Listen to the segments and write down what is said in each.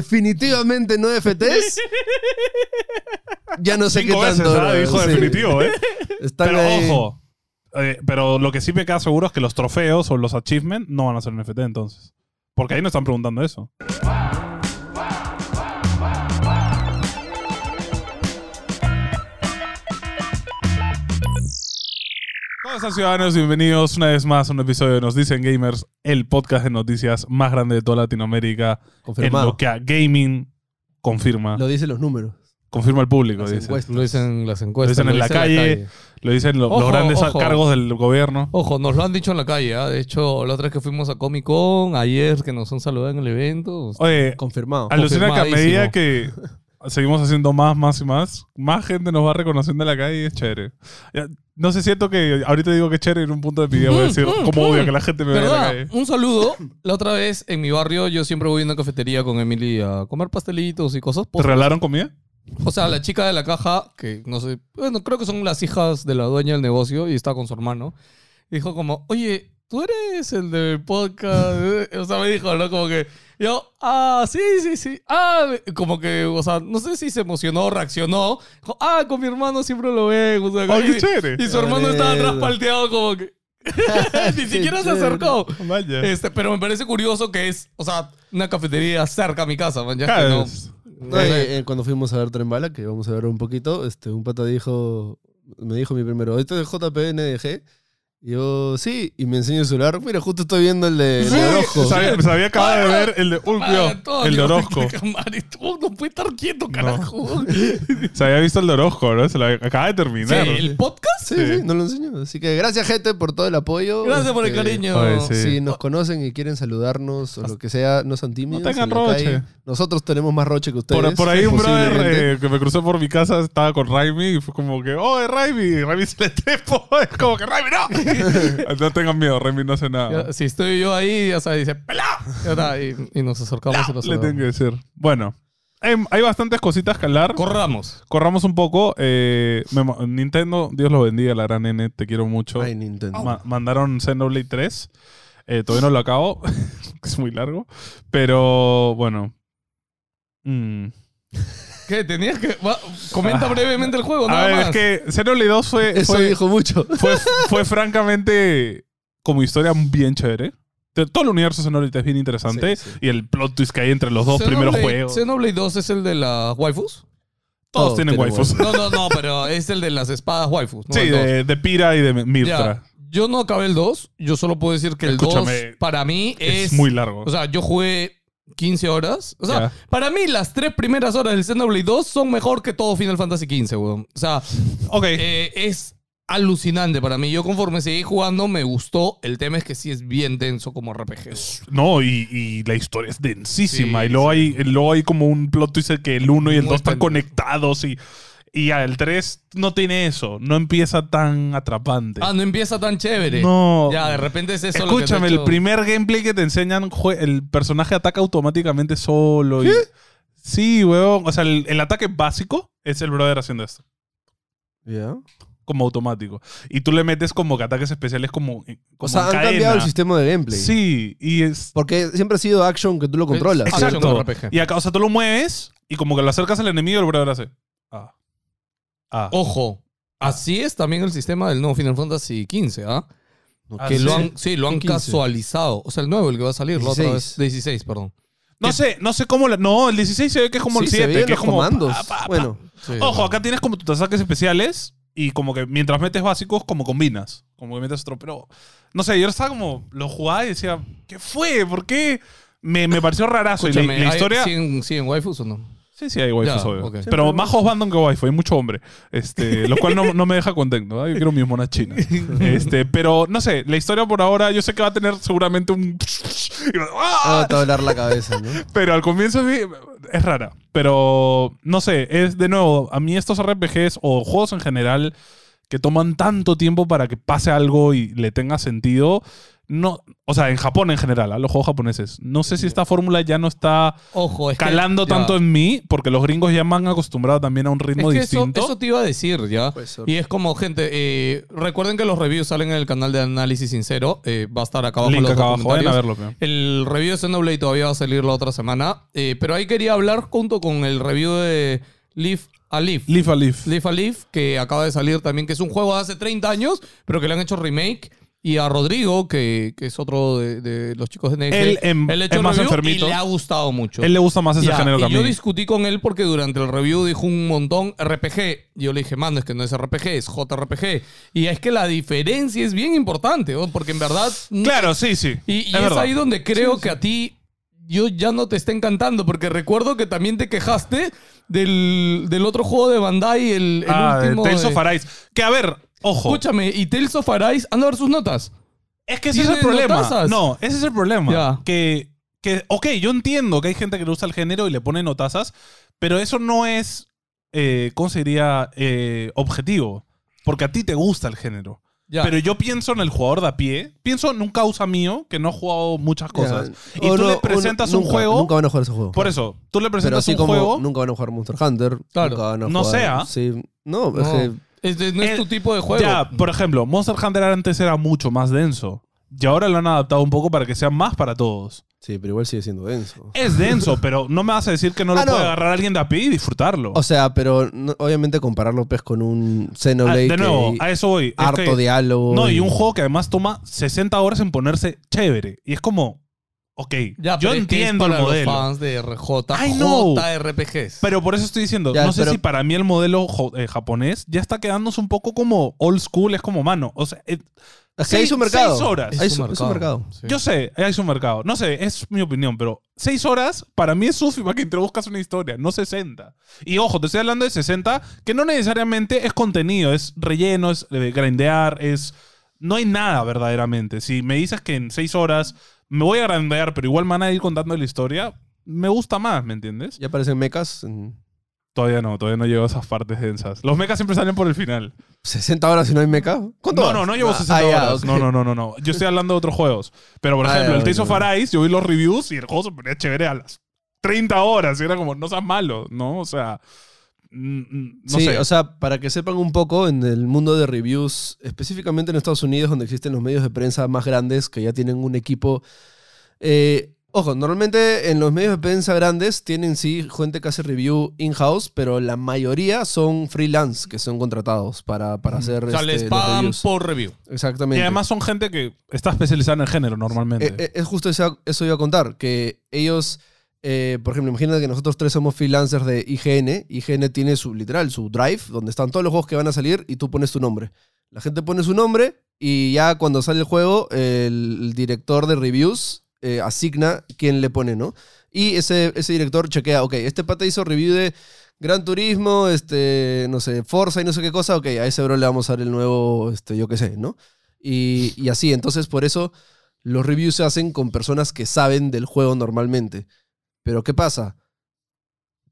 definitivamente no FTs, ya no sé qué Cinco veces, tanto. ¿sabes? bro. Dijo Sí. definitivo, ¿eh? Están Pero ahí. ojo. eh, pero lo que sí me queda seguro es que los trofeos o los achievements no van a ser NFT entonces. Porque ahí nos están preguntando eso. ¿Cómo están ciudadanos? Bienvenidos una vez más a un episodio de Nos Dicen Gamers, el podcast de noticias más grande de toda Latinoamérica, en Confirmado. lo que a gaming confirma. Lo dicen los números. confirma el público, las dice. encuestas. Lo dicen las encuestas. Lo dicen en la calle. Lo dicen lo- los Ojo, grandes ojo. cargos del gobierno. Ojo, nos lo han dicho en la calle. ¿ah? De hecho, la otra vez que fuimos a Comic Con, ayer que nos han saludado en el evento. Oye, Confirmado. alucina que a confirmadísimo. medida que seguimos haciendo más, más y más, más gente nos va reconociendo en la calle y es chévere. Ya, No sé, siento que ahorita digo que es chévere y en un punto de mi vida voy a decir, mm, como mm. odio que la gente me vea en la ¿Verdad? calle. Un saludo. La otra vez en mi barrio, yo siempre voy a una cafetería con Emily a comer pastelitos y cosas. ¿Te regalaron comida? O sea, la chica de la caja, que no sé, bueno, creo que son las hijas de la dueña del negocio y está con su hermano, dijo como, oye, tú eres el del podcast. O sea, me dijo, ¿no? Como que yo, ah, sí, sí, sí. Ah, como que, o sea, no sé si se emocionó, reaccionó. Dijo, ah, con mi hermano siempre lo ven. O sea, ¡Ay, y- qué chévere! y su hermano estaba atrás palteado como que... Ni siquiera se acercó. Vaya. Este, pero me parece curioso que es, o sea, una cafetería cerca a mi casa, man. Ya es que Claro, no- Ah, es- No, y, eh, cuando fuimos a ver Tren Bala, que vamos a ver un poquito, este, un pata dijo, me dijo mi primero, ¿esto es JPNDG? Y yo, sí, y me enseñó el celular. Mira, justo estoy viendo el de, el de Orozco. Sabía, sabía acaba de ver el de Uy, cuidado, Para todo, el de Dios, Orozco. Mari, Tú no puedes estar quieto, carajo. Se había visto el de Orozco, ¿no? Se lo había- acaba de terminar. Sí, el podcast. Sí, Sí. sí, nos lo enseñó. Así que gracias, gente, por todo el apoyo. Gracias por el Este, cariño. Oye, sí. Si nos conocen y quieren saludarnos o lo que sea, no sean tímidos. No tengan en la calle. roche. Nosotros tenemos más roche que ustedes. Por, por ahí un posiblemente. brother eh, que me cruzó por mi casa estaba con Raimi y fue como que, ¡Oh, es Raimi! Y Raimi se le trepó. Es como que, ¡Raimi, no! no tengan miedo, Raimi no hace nada. Ya, Si estoy yo ahí, ya sabes, dice, ¡pelá! Ya está, Y, y nos acercamos y nos le tengo que saludamos. decir. Bueno, hay, hay bastantes cositas que hablar. Corramos. Corramos un poco. eh, me ma- Nintendo, Dios lo bendiga, la gran N, te quiero mucho. Ay, Nintendo. eh, Ma- mandaron Xenoblade 3. Eh, todavía no lo acabo. es muy largo. Pero, bueno. Mm. ¿Qué? Tenías que. va- comenta brevemente el juego, Ah. A nada ver, es más. que Xenoblade 2 fue... Eso fue- dijo mucho. fue, fue francamente como historia bien chévere. Te- Todo el universo Xenoblade es bien interesante. Sí, sí. Y el plot twist que hay entre los dos Xenoblade- primeros juegos. ¿Xenoblade 2 es el de las waifus? Todos Todos tienen tenemos. waifus. No, no, no, pero es el de las espadas waifus. ¿no? sí, El dos. de, de Pira y de Mirtra. Ya, Yo no acabé el 2. Yo solo puedo decir que el 2 Escúchame, para mí Es, muy largo. O sea, yo jugué 15 horas. O sea, Ya. para mí las tres primeras horas del Xenoblade 2 son mejor que todo Final Fantasy XV, weón. O sea, ok. eh, es alucinante para mí. Yo conforme seguí jugando me gustó. El tema es que sí es bien denso como RPG. weón. no, y, y la historia es densísima. Sí, y luego, hay, luego hay como un plot twist en que el 1 y el Muy 2 están pendejo. conectados. Y, y ya, el 3 no tiene eso. No empieza tan atrapante. Ah, no empieza tan chévere. no. Ya, de repente es eso lo que te Escúchame, ha el hecho- primer gameplay que te enseñan, jue- el personaje ataca automáticamente solo. y- Sí, weón. O sea, el, el ataque básico es el brother haciendo esto, Ya. como automático. Y tú le metes como que ataques especiales como, eh, como O sea, en han cadena. cambiado el sistema de gameplay. Sí, y es... Porque siempre ha sido action que tú lo controlas. Action Exacto. RPG. Y acá, o sea, tú lo mueves y como que lo acercas al enemigo y el brother hace... Ah. Ah. Oh, Ojo. Así es también el sistema del nuevo Final Fantasy XV, ¿ah? No, Ah, Que sí. lo han, sí, lo han 15. casualizado. O sea, el nuevo, el que va a salir la otra 16. vez. 16, perdón. No sé, no sé cómo... la- no, el 16 se ve que es como sí, el se 7, veían que es los como... comandos. pa, pa, pa. Bueno, Sí, Ojo, no. acá tienes como tus ataques especiales y como que mientras metes básicos, como combinas. Como que metes otro. Pero no sé, yo estaba como. Lo jugaba y decía, ¿qué fue? ¿Por qué? Me, me pareció rarazo. Y la, Escúchame, la ¿hay- historia. Sí, ¿siguen, siguen waifus o no? sí, hay waifus, Ya, obvio. ok. Pero más hosbandon que waifu, hay mucho hombre. Este, lo cual no, no me deja contento. ¿verdad? Yo quiero mis monas chinas. Este, pero no sé, la historia por ahora, yo sé que va a tener seguramente un. y va- ¡Ah! ah, te va a doler la cabeza, ¿no? Pero al comienzo es bien- es rara. Pero no sé, es de nuevo, a mí estos RPGs o juegos en general que toman tanto tiempo para que pase algo y le tenga sentido, no, o sea, en Japón en general, a los juegos japoneses, no sé si esta fórmula ya no está Ojo, es que- calando ya. tanto en mí, porque los gringos ya me han acostumbrado también a un Es ritmo que eso, distinto. eso te iba a decir ya. Puede ser. Y es como, gente, eh, recuerden que los reviews salen en el canal de Análisis Sincero. eh, va a estar acá abajo en Link los acá abajo, vayan a comentarios. verlo. pe. El review de Xenoblade todavía va a salir la otra semana. eh, pero ahí quería hablar junto con el review de Leaf a Leaf. Leaf a Leaf. Leaf a Leaf, que acaba de salir también, que es un juego de hace 30 años, pero que le han hecho remake. Y a Rodrigo, que, que es otro de, de los chicos de NG, Él, em, le ha hecho es más review enfermito. Y le ha gustado mucho. A él le gusta más ese Ya, género que a y yo mí. discutí con él porque durante el review dijo un montón RPG. Yo le dije, mano, es que no es RPG, es JRPG. Y es que la diferencia es bien importante, ¿no? porque en verdad... mm, Claro, sí, sí. Y, y es es, verdad. ahí donde creo que a ti yo ya no te está encantando, porque recuerdo que también te quejaste del, del otro juego de Bandai, el, el Ah, de último... Tales de- of Arise. Que a ver, ojo. Escúchame, y Tales of Arise, anda a ver sus notas. es que ese es el ¿tiene problema. notazas? No, ese es el problema. Ya. Que, que, ok, yo entiendo que hay gente que le gusta el género y le pone notazas, pero eso no es, eh, ¿cómo se diría? Eh, objetivo. Porque a ti te gusta el género. Ya. Pero yo pienso en el jugador de a pie. Pienso en un causa mío que no ha jugado muchas cosas. Y O tú no, le o presentas no- un nunca- juego. Nunca van a jugar ese juego. por eso, tú le Pero presentas así un como juego. nunca van a jugar Monster Hunter. Claro. Nunca van a No jugar- sea. Sí. No, es No. que. Este no es el- tu tipo de juego. Ya, por ejemplo, Monster Hunter antes era mucho más denso. Y ahora lo han adaptado un poco para que sea más para todos. Sí, pero igual sigue siendo denso. Es denso, pero no me vas a decir que no lo Ah, no. puede agarrar alguien de a pie y disfrutarlo. O sea, pero no- obviamente compararlo pues con un Ah, Xenoblade. de nuevo, que a eso voy. Es harto que- diálogo. No, y un juego que además toma 60 horas en ponerse chévere. Y es como, ok, Ya, yo pero es que es entiendo para el modelo. Los fans de RJ, I know. JRPGs. Pero por eso estoy diciendo, Ya, no sé pero- si para mí el modelo jo- eh, japonés ya está quedándose un poco como old school, es como mano. O sea, eh, Es que hay seis- su mercado. seis horas. Hay su, es su mercado. Sí. yo sé, hay su mercado. No sé, es mi opinión, pero seis horas para mí es suficiente para que introduzcas una historia, no 60. Y ojo, te estoy hablando de 60, que no necesariamente es contenido, es relleno, es eh, grindear, es. No hay nada verdaderamente. Si me dices que en seis horas me voy a grindear, pero igual me van a ir contando la historia, me gusta más, ¿me entiendes? Ya aparecen mechas en Todavía no, todavía no llego a esas partes densas. Los mechas siempre salen por el final. 60 horas y no hay mecha. ¿Cuánto? No, vas? no, no llevo Ah, 60 ah, ya, horas. ok. No, no, no, no, no. Yo estoy hablando de otros juegos. Pero, por Ah, ejemplo, ya, el Tales bueno, of Arise, yo vi los reviews y el juego se ponía chévere a las 30 horas. Y era como, no seas malo, ¿no? O sea, mm, mm, no sí, sé. o sea, para que sepan un poco, en el mundo de reviews, específicamente en Estados Unidos, donde existen los medios de prensa más grandes que ya tienen un equipo. eh, ojo, normalmente en los medios de prensa grandes tienen sí gente que hace review in-house, pero la mayoría son freelance que son contratados para, para Mm. hacer O sea, este, les los pagan reviews. por review. Exactamente. y además son gente que está especializada en el género normalmente. Eh, eh, es justo esa- eso iba a contar, que ellos, eh, por ejemplo, imagínate que nosotros tres somos freelancers de IGN. IGN tiene su, literal, su drive, donde están todos los juegos que van a salir y tú pones tu nombre. La gente pone su nombre y ya cuando sale el juego, el director de reviews eh, asigna quién le pone, ¿no? Y ese, ese director chequea, ok, este pata hizo review de Gran Turismo, este, no sé, Forza y no sé qué cosa, ok, a ese bro le vamos a dar el nuevo, este, yo qué sé, ¿no? Y, y así, entonces por eso los reviews se hacen con personas que saben del juego normalmente. Pero ¿qué pasa?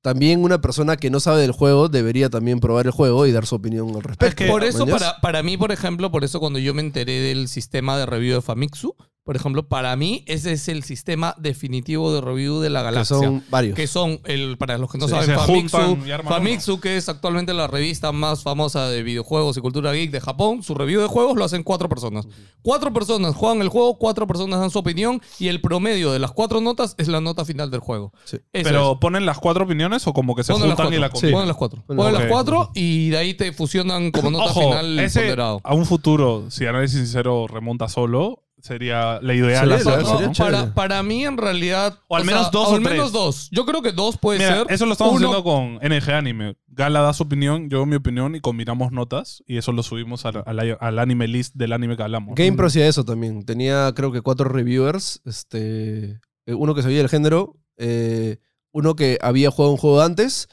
También una persona que no sabe del juego debería también probar el juego y dar su opinión al respecto. que- por eso, ¿mañas? para, para mí, por ejemplo, por eso cuando yo me enteré del sistema de review de Famitsu, por ejemplo, para mí ese es el sistema definitivo de review de la Que galaxia. son varios. que son el para los que no Sí, saben se Famitsu, juntan y arman Famitsu, que es actualmente la revista más famosa de videojuegos y cultura geek de Japón su review de juegos lo hacen cuatro personas cuatro personas juegan el juego cuatro personas dan su opinión y el promedio de las cuatro notas es la nota final del juego Sí. Eso pero es. ponen las cuatro opiniones o como que se Ponen las juntan y cuatro. la Sí, combinan. ponen las cuatro Ponen Ponen las las cuatro. cuatro y de ahí te fusionan como nota Ojo, final ese, ponderado a un futuro, si análisis sincero remonta solo, sería la ideal. Sería- hacerlo. sería No, chévere. para, para mí, en realidad. O al menos dos o Al tres. menos dos. Yo creo que dos puede Mira, ser. eso lo estamos Uno- haciendo con NG Anime. Gala da su opinión, yo mi opinión y combinamos notas y eso lo subimos al, al- al anime list del anime que hablamos. GamePro hacía eso también. Tenía, creo que cuatro reviewers. Este, eh, uno que sabía el género, eh, uno que había jugado un juego antes,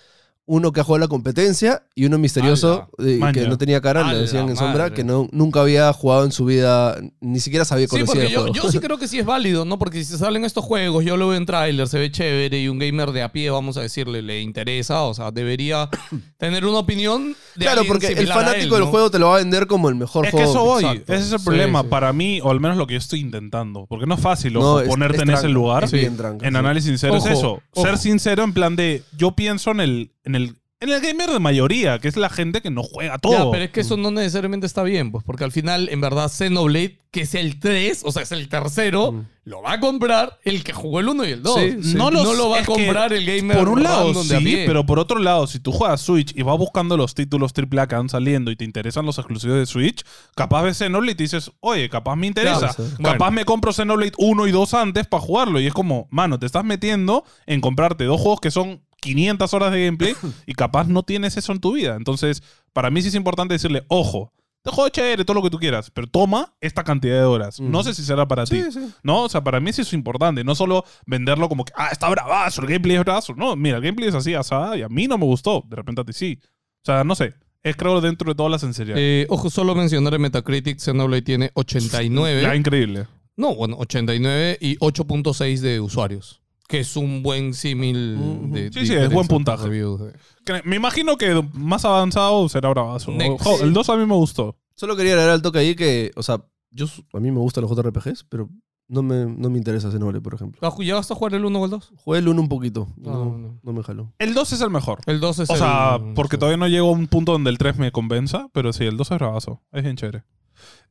uno que ha jugado la competencia y uno misterioso eh, que Maña. no tenía cara, ¡Hala, le decían en sombra, madre! que no, nunca había jugado en su vida, ni siquiera sabía Sí, conocía porque el yo, juego. yo sí creo que sí es válido, ¿no? Porque si se salen estos juegos, yo lo veo en tráiler, se ve chévere y un gamer de a pie, vamos a decirle, le interesa, o sea, debería tener una opinión de claro, alguien porque el similar a fanático él, del ¿no? juego te lo va a vender como el mejor Es que juego. eso voy. exacto. Ese es el Sí, problema sí. para mí, o al menos lo que yo estoy intentando. Porque no es fácil ojo, No, es- ponerte es en ese tranca, lugar. es bien tranca, en sí. análisis sincero Ojo, es eso. Ser ojo. sincero en plan de. Yo pienso en el, en el. En el gamer de mayoría, que es la gente que no juega todo. Ya, pero es que eso no necesariamente está bien, pues, porque al final, en verdad, Xenoblade, que es el 3, o sea, es el Mm, tercero, Mm. lo va a comprar el que jugó el 1 y el 2. Sí, sí. No, los- lo va a es que, comprar el gamer Por un lado, random de a sí, pie. pero por otro lado, si tú juegas Switch y vas buscando los títulos AAA que van saliendo y te interesan los exclusivos de Switch, capaz ves Xenoblade y te dices, oye, capaz me interesa. Claro, sí. Capaz Bueno. me compro Xenoblade 1 y 2 antes para jugarlo. Y es como, mano, te estás metiendo en comprarte dos juegos que son 500 horas de gameplay y capaz no tienes eso en tu vida. Entonces, para mí sí es importante decirle, ojo. Te juego es chévere, todo lo que tú quieras, pero toma esta cantidad de horas. Mm. No sé si será para ti. Sí, sí. ¿No? O sea, para mí sí es importante. No solo venderlo como que, ah, está bravazo, el gameplay es bravazo. No, mira, el gameplay es así, asada, y a mí no me gustó. De repente a ti sí. O sea, no sé. Es creo dentro de toda la sinceridad. Eh, ojo, solo mencionar en Metacritic, Xenoblade tiene 89. Ya, increíble. No, bueno, 89 y 8.6 de usuarios. Que es un buen símil Ujú. de. Sí, sí, es buen puntaje. reviews, eh. Que Me imagino que más avanzado será bravazo. Next. Jo, el 2 a mí me gustó. Solo quería leer al toque ahí que, o sea, yo, s- a mí me gustan los JRPGs, pero no me, no me interesa Xenoblade, por ejemplo. ¿Has- ¿Llegaste a jugar el 1 o el 2? Jugué el 1 un poquito, No, no, no. no. me jaló. El 2 es el mejor. El 2 es O el- sea, porque sí. todavía no llego a un punto donde el 3 me convenza, pero sí, el 2 es bravazo. Es bien chévere.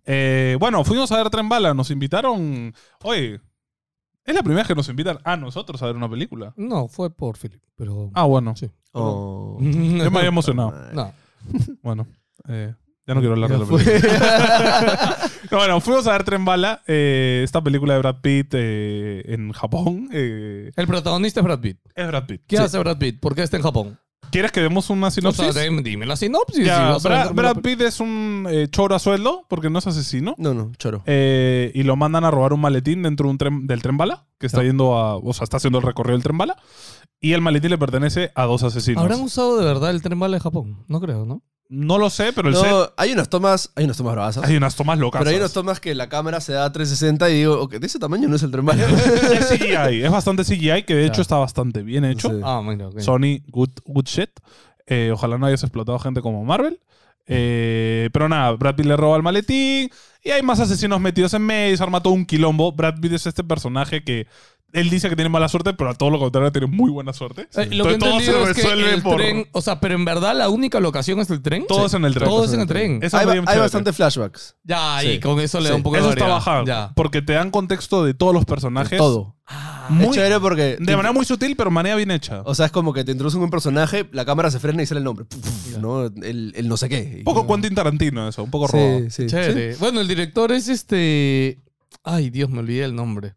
Eh, bueno, fuimos a ver Tren Bala. Nos invitaron. Oye, es la primera vez que nos invitan a nosotros a ver una película. No, fue por Philip, pero. Ah, bueno. Sí. Oh. Yo me había emocionado. No. Bueno, eh, ya no quiero hablar de Ya la fue. película. No, bueno, fuimos a ver Tren Bala, eh, esta película de Brad Pitt eh, en Japón. eh, El protagonista es Brad Pitt. es Brad Pitt. ¿Qué Sí. hace Brad Pitt? ¿Por qué está en Japón? ¿Quieres que demos una O sinopsis? sea, dime, dime la sinopsis. Ya, si vas a Bra- venderme la Brad Pitt es un eh, choro a sueldo porque no es asesino. No, no, choro. Eh, y lo mandan a robar un maletín dentro de un tren, del tren bala, que está Ya. yendo a. O sea, está haciendo el recorrido del tren bala. Y el maletín le pertenece a dos asesinos. ¿Habrán usado de verdad el tren bala de Japón? No creo, ¿no? No lo sé, pero el set- No, hay unas tomas, hay unas tomas bravasas. Hay unas tomas locas. Pero hay unos tomas que la cámara se da a 360 y digo, ok, de ese tamaño no es el tren Maya. es CGI, es bastante CGI, que de hecho Ya. está bastante bien hecho. Sí. Ah, mira, ok. Sony, good, good shit. Eh, ojalá no hayas explotado gente como Marvel. Eh, pero nada, Brad Pitt le roba el maletín y hay más asesinos metidos en medio. Se arma todo un quilombo. Brad Pitt es este personaje que él dice que tiene mala suerte, pero a todo lo contrario tiene muy buena suerte. Eh, lo que he Entonces, todo entendido se es que resuelve el por- tren, o sea, pero en verdad la única locación es el tren. Todo es en el tren. Todo es en el tren. Eso es Hay, ba- bien hay chévere. bastante flashbacks. Ya, y Sí. con eso le da Sí. un poco Eso de está variedad. bajado. Ya. Porque te dan contexto de todos los personajes. de Todo. Ah, Muy- es chévere porque. de manera muy sutil, pero manera bien hecha. O sea, es como que te introducen un personaje, la cámara se frena y sale el nombre. Puf, puf, ¿no? El, el no sé qué. Un poco Quentin Tarantino eso, un poco robado. Sí, sí. Chévere. Bueno, el director es este. Ay, Dios, me olvidé el nombre.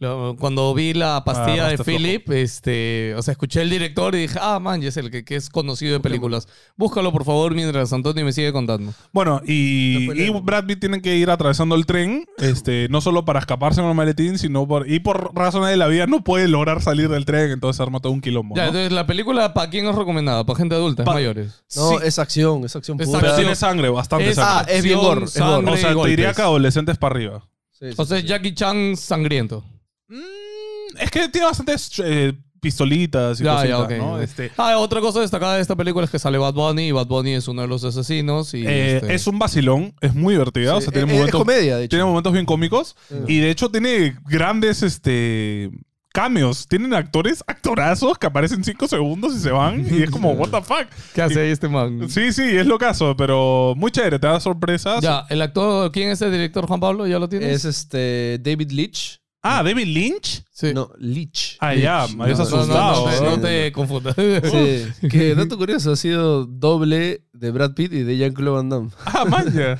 Lo- Cuando vi la pastilla Ah, de basta flojo. Philip, este, o sea, escuché el director y dije, ah, man, ya es el que, que es conocido en películas. Búscalo, por favor, mientras Antonio me sigue contando. Bueno, y, Después y leemos. Brad Pitt tienen que ir atravesando el tren, este, no solo para escaparse en el maletín, sino por, y por razones de la vida no puede lograr salir del tren, entonces arma todo un quilombo. Ya, ¿no? entonces, la película, ¿para quién es recomendada? ¿Para gente adulta, Pa- mayores? Sí, No, es acción, es acción Es pura. pero acción. tiene sangre, bastante ah, sangre. es bien acción, gore, es gore. o sangre y sea, te diría golpes. que adolescentes para arriba. Sí, sí, O sea, sí. Jackie Chan sangriento. Mm, es que tiene bastantes eh, pistolitas y Ya, cositas, ya, ok. ¿no? Este, Ah, otra cosa destacada de esta película es que sale Bad Bunny y Bad Bunny es uno de los asesinos. Y eh, este- Es un vacilón, es muy divertida, o Sí, sea, tiene es- es, momentos comedia, de hecho. Tiene momentos bien cómicos. Y de hecho tiene grandes este cameos. Tienen actores, actorazos que aparecen 5 segundos y se van. Y es como, what the fuck. ¿Qué hace ahí este man? Sí, sí, es lo caso, pero muy chévere, te da sorpresas. Ya, el actor, ¿quién es el director, Juan Pablo? ¿Ya lo tienes? Es este David Leach. Ah, David Lynch. Sí. No, Leach. Ah, Leach. ya, me habías No, No, no, no, asustado. te- no, ¿eh? te confundas. Sí, que dato curioso, ha sido doble de Brad Pitt y de Jean-Claude Van Damme. Ah, manja.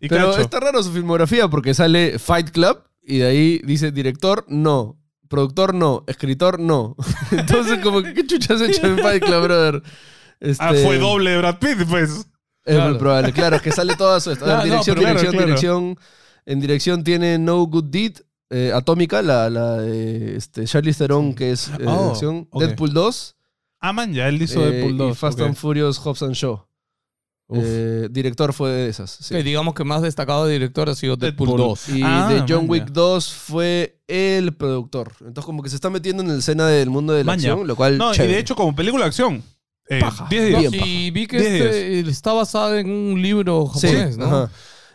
Y Pero cacho. está raro su filmografía porque sale Fight Club y de ahí dice director, no. Productor, no. Escritor, no. Entonces, como que, ¿qué chuchas has hecho en Fight Club, brother? Este, Ah, fue doble de Brad Pitt, pues. Es Claro. muy probable, claro, es que sale todo eso. A ver, Claro, no, dirección, pero claro, dirección, claro. dirección. En dirección tiene No Good Deed, eh, Atómica, la, la de este, Charlize Theron, que es eh, Oh, dirección. ok. Deadpool 2. Aman Ah, ya él hizo Eh, Deadpool y 2. Fast ok. and Furious, Hobbs and Shaw. Uf. Eh, director fue de esas. sí. Que digamos que más destacado director ha sido Deadpool, Deadpool. 2. Y Ah, de John manja. Wick 2 fue el productor. Entonces, como que se está metiendo en la escena del mundo de la Manja. acción, lo cual. No, y chévere. de hecho, como película de acción, eh, Paja. 10 de No, 10. Bien, sí, vi que Diez de este está basado en un libro Sí, japonés, ¿no? ajá.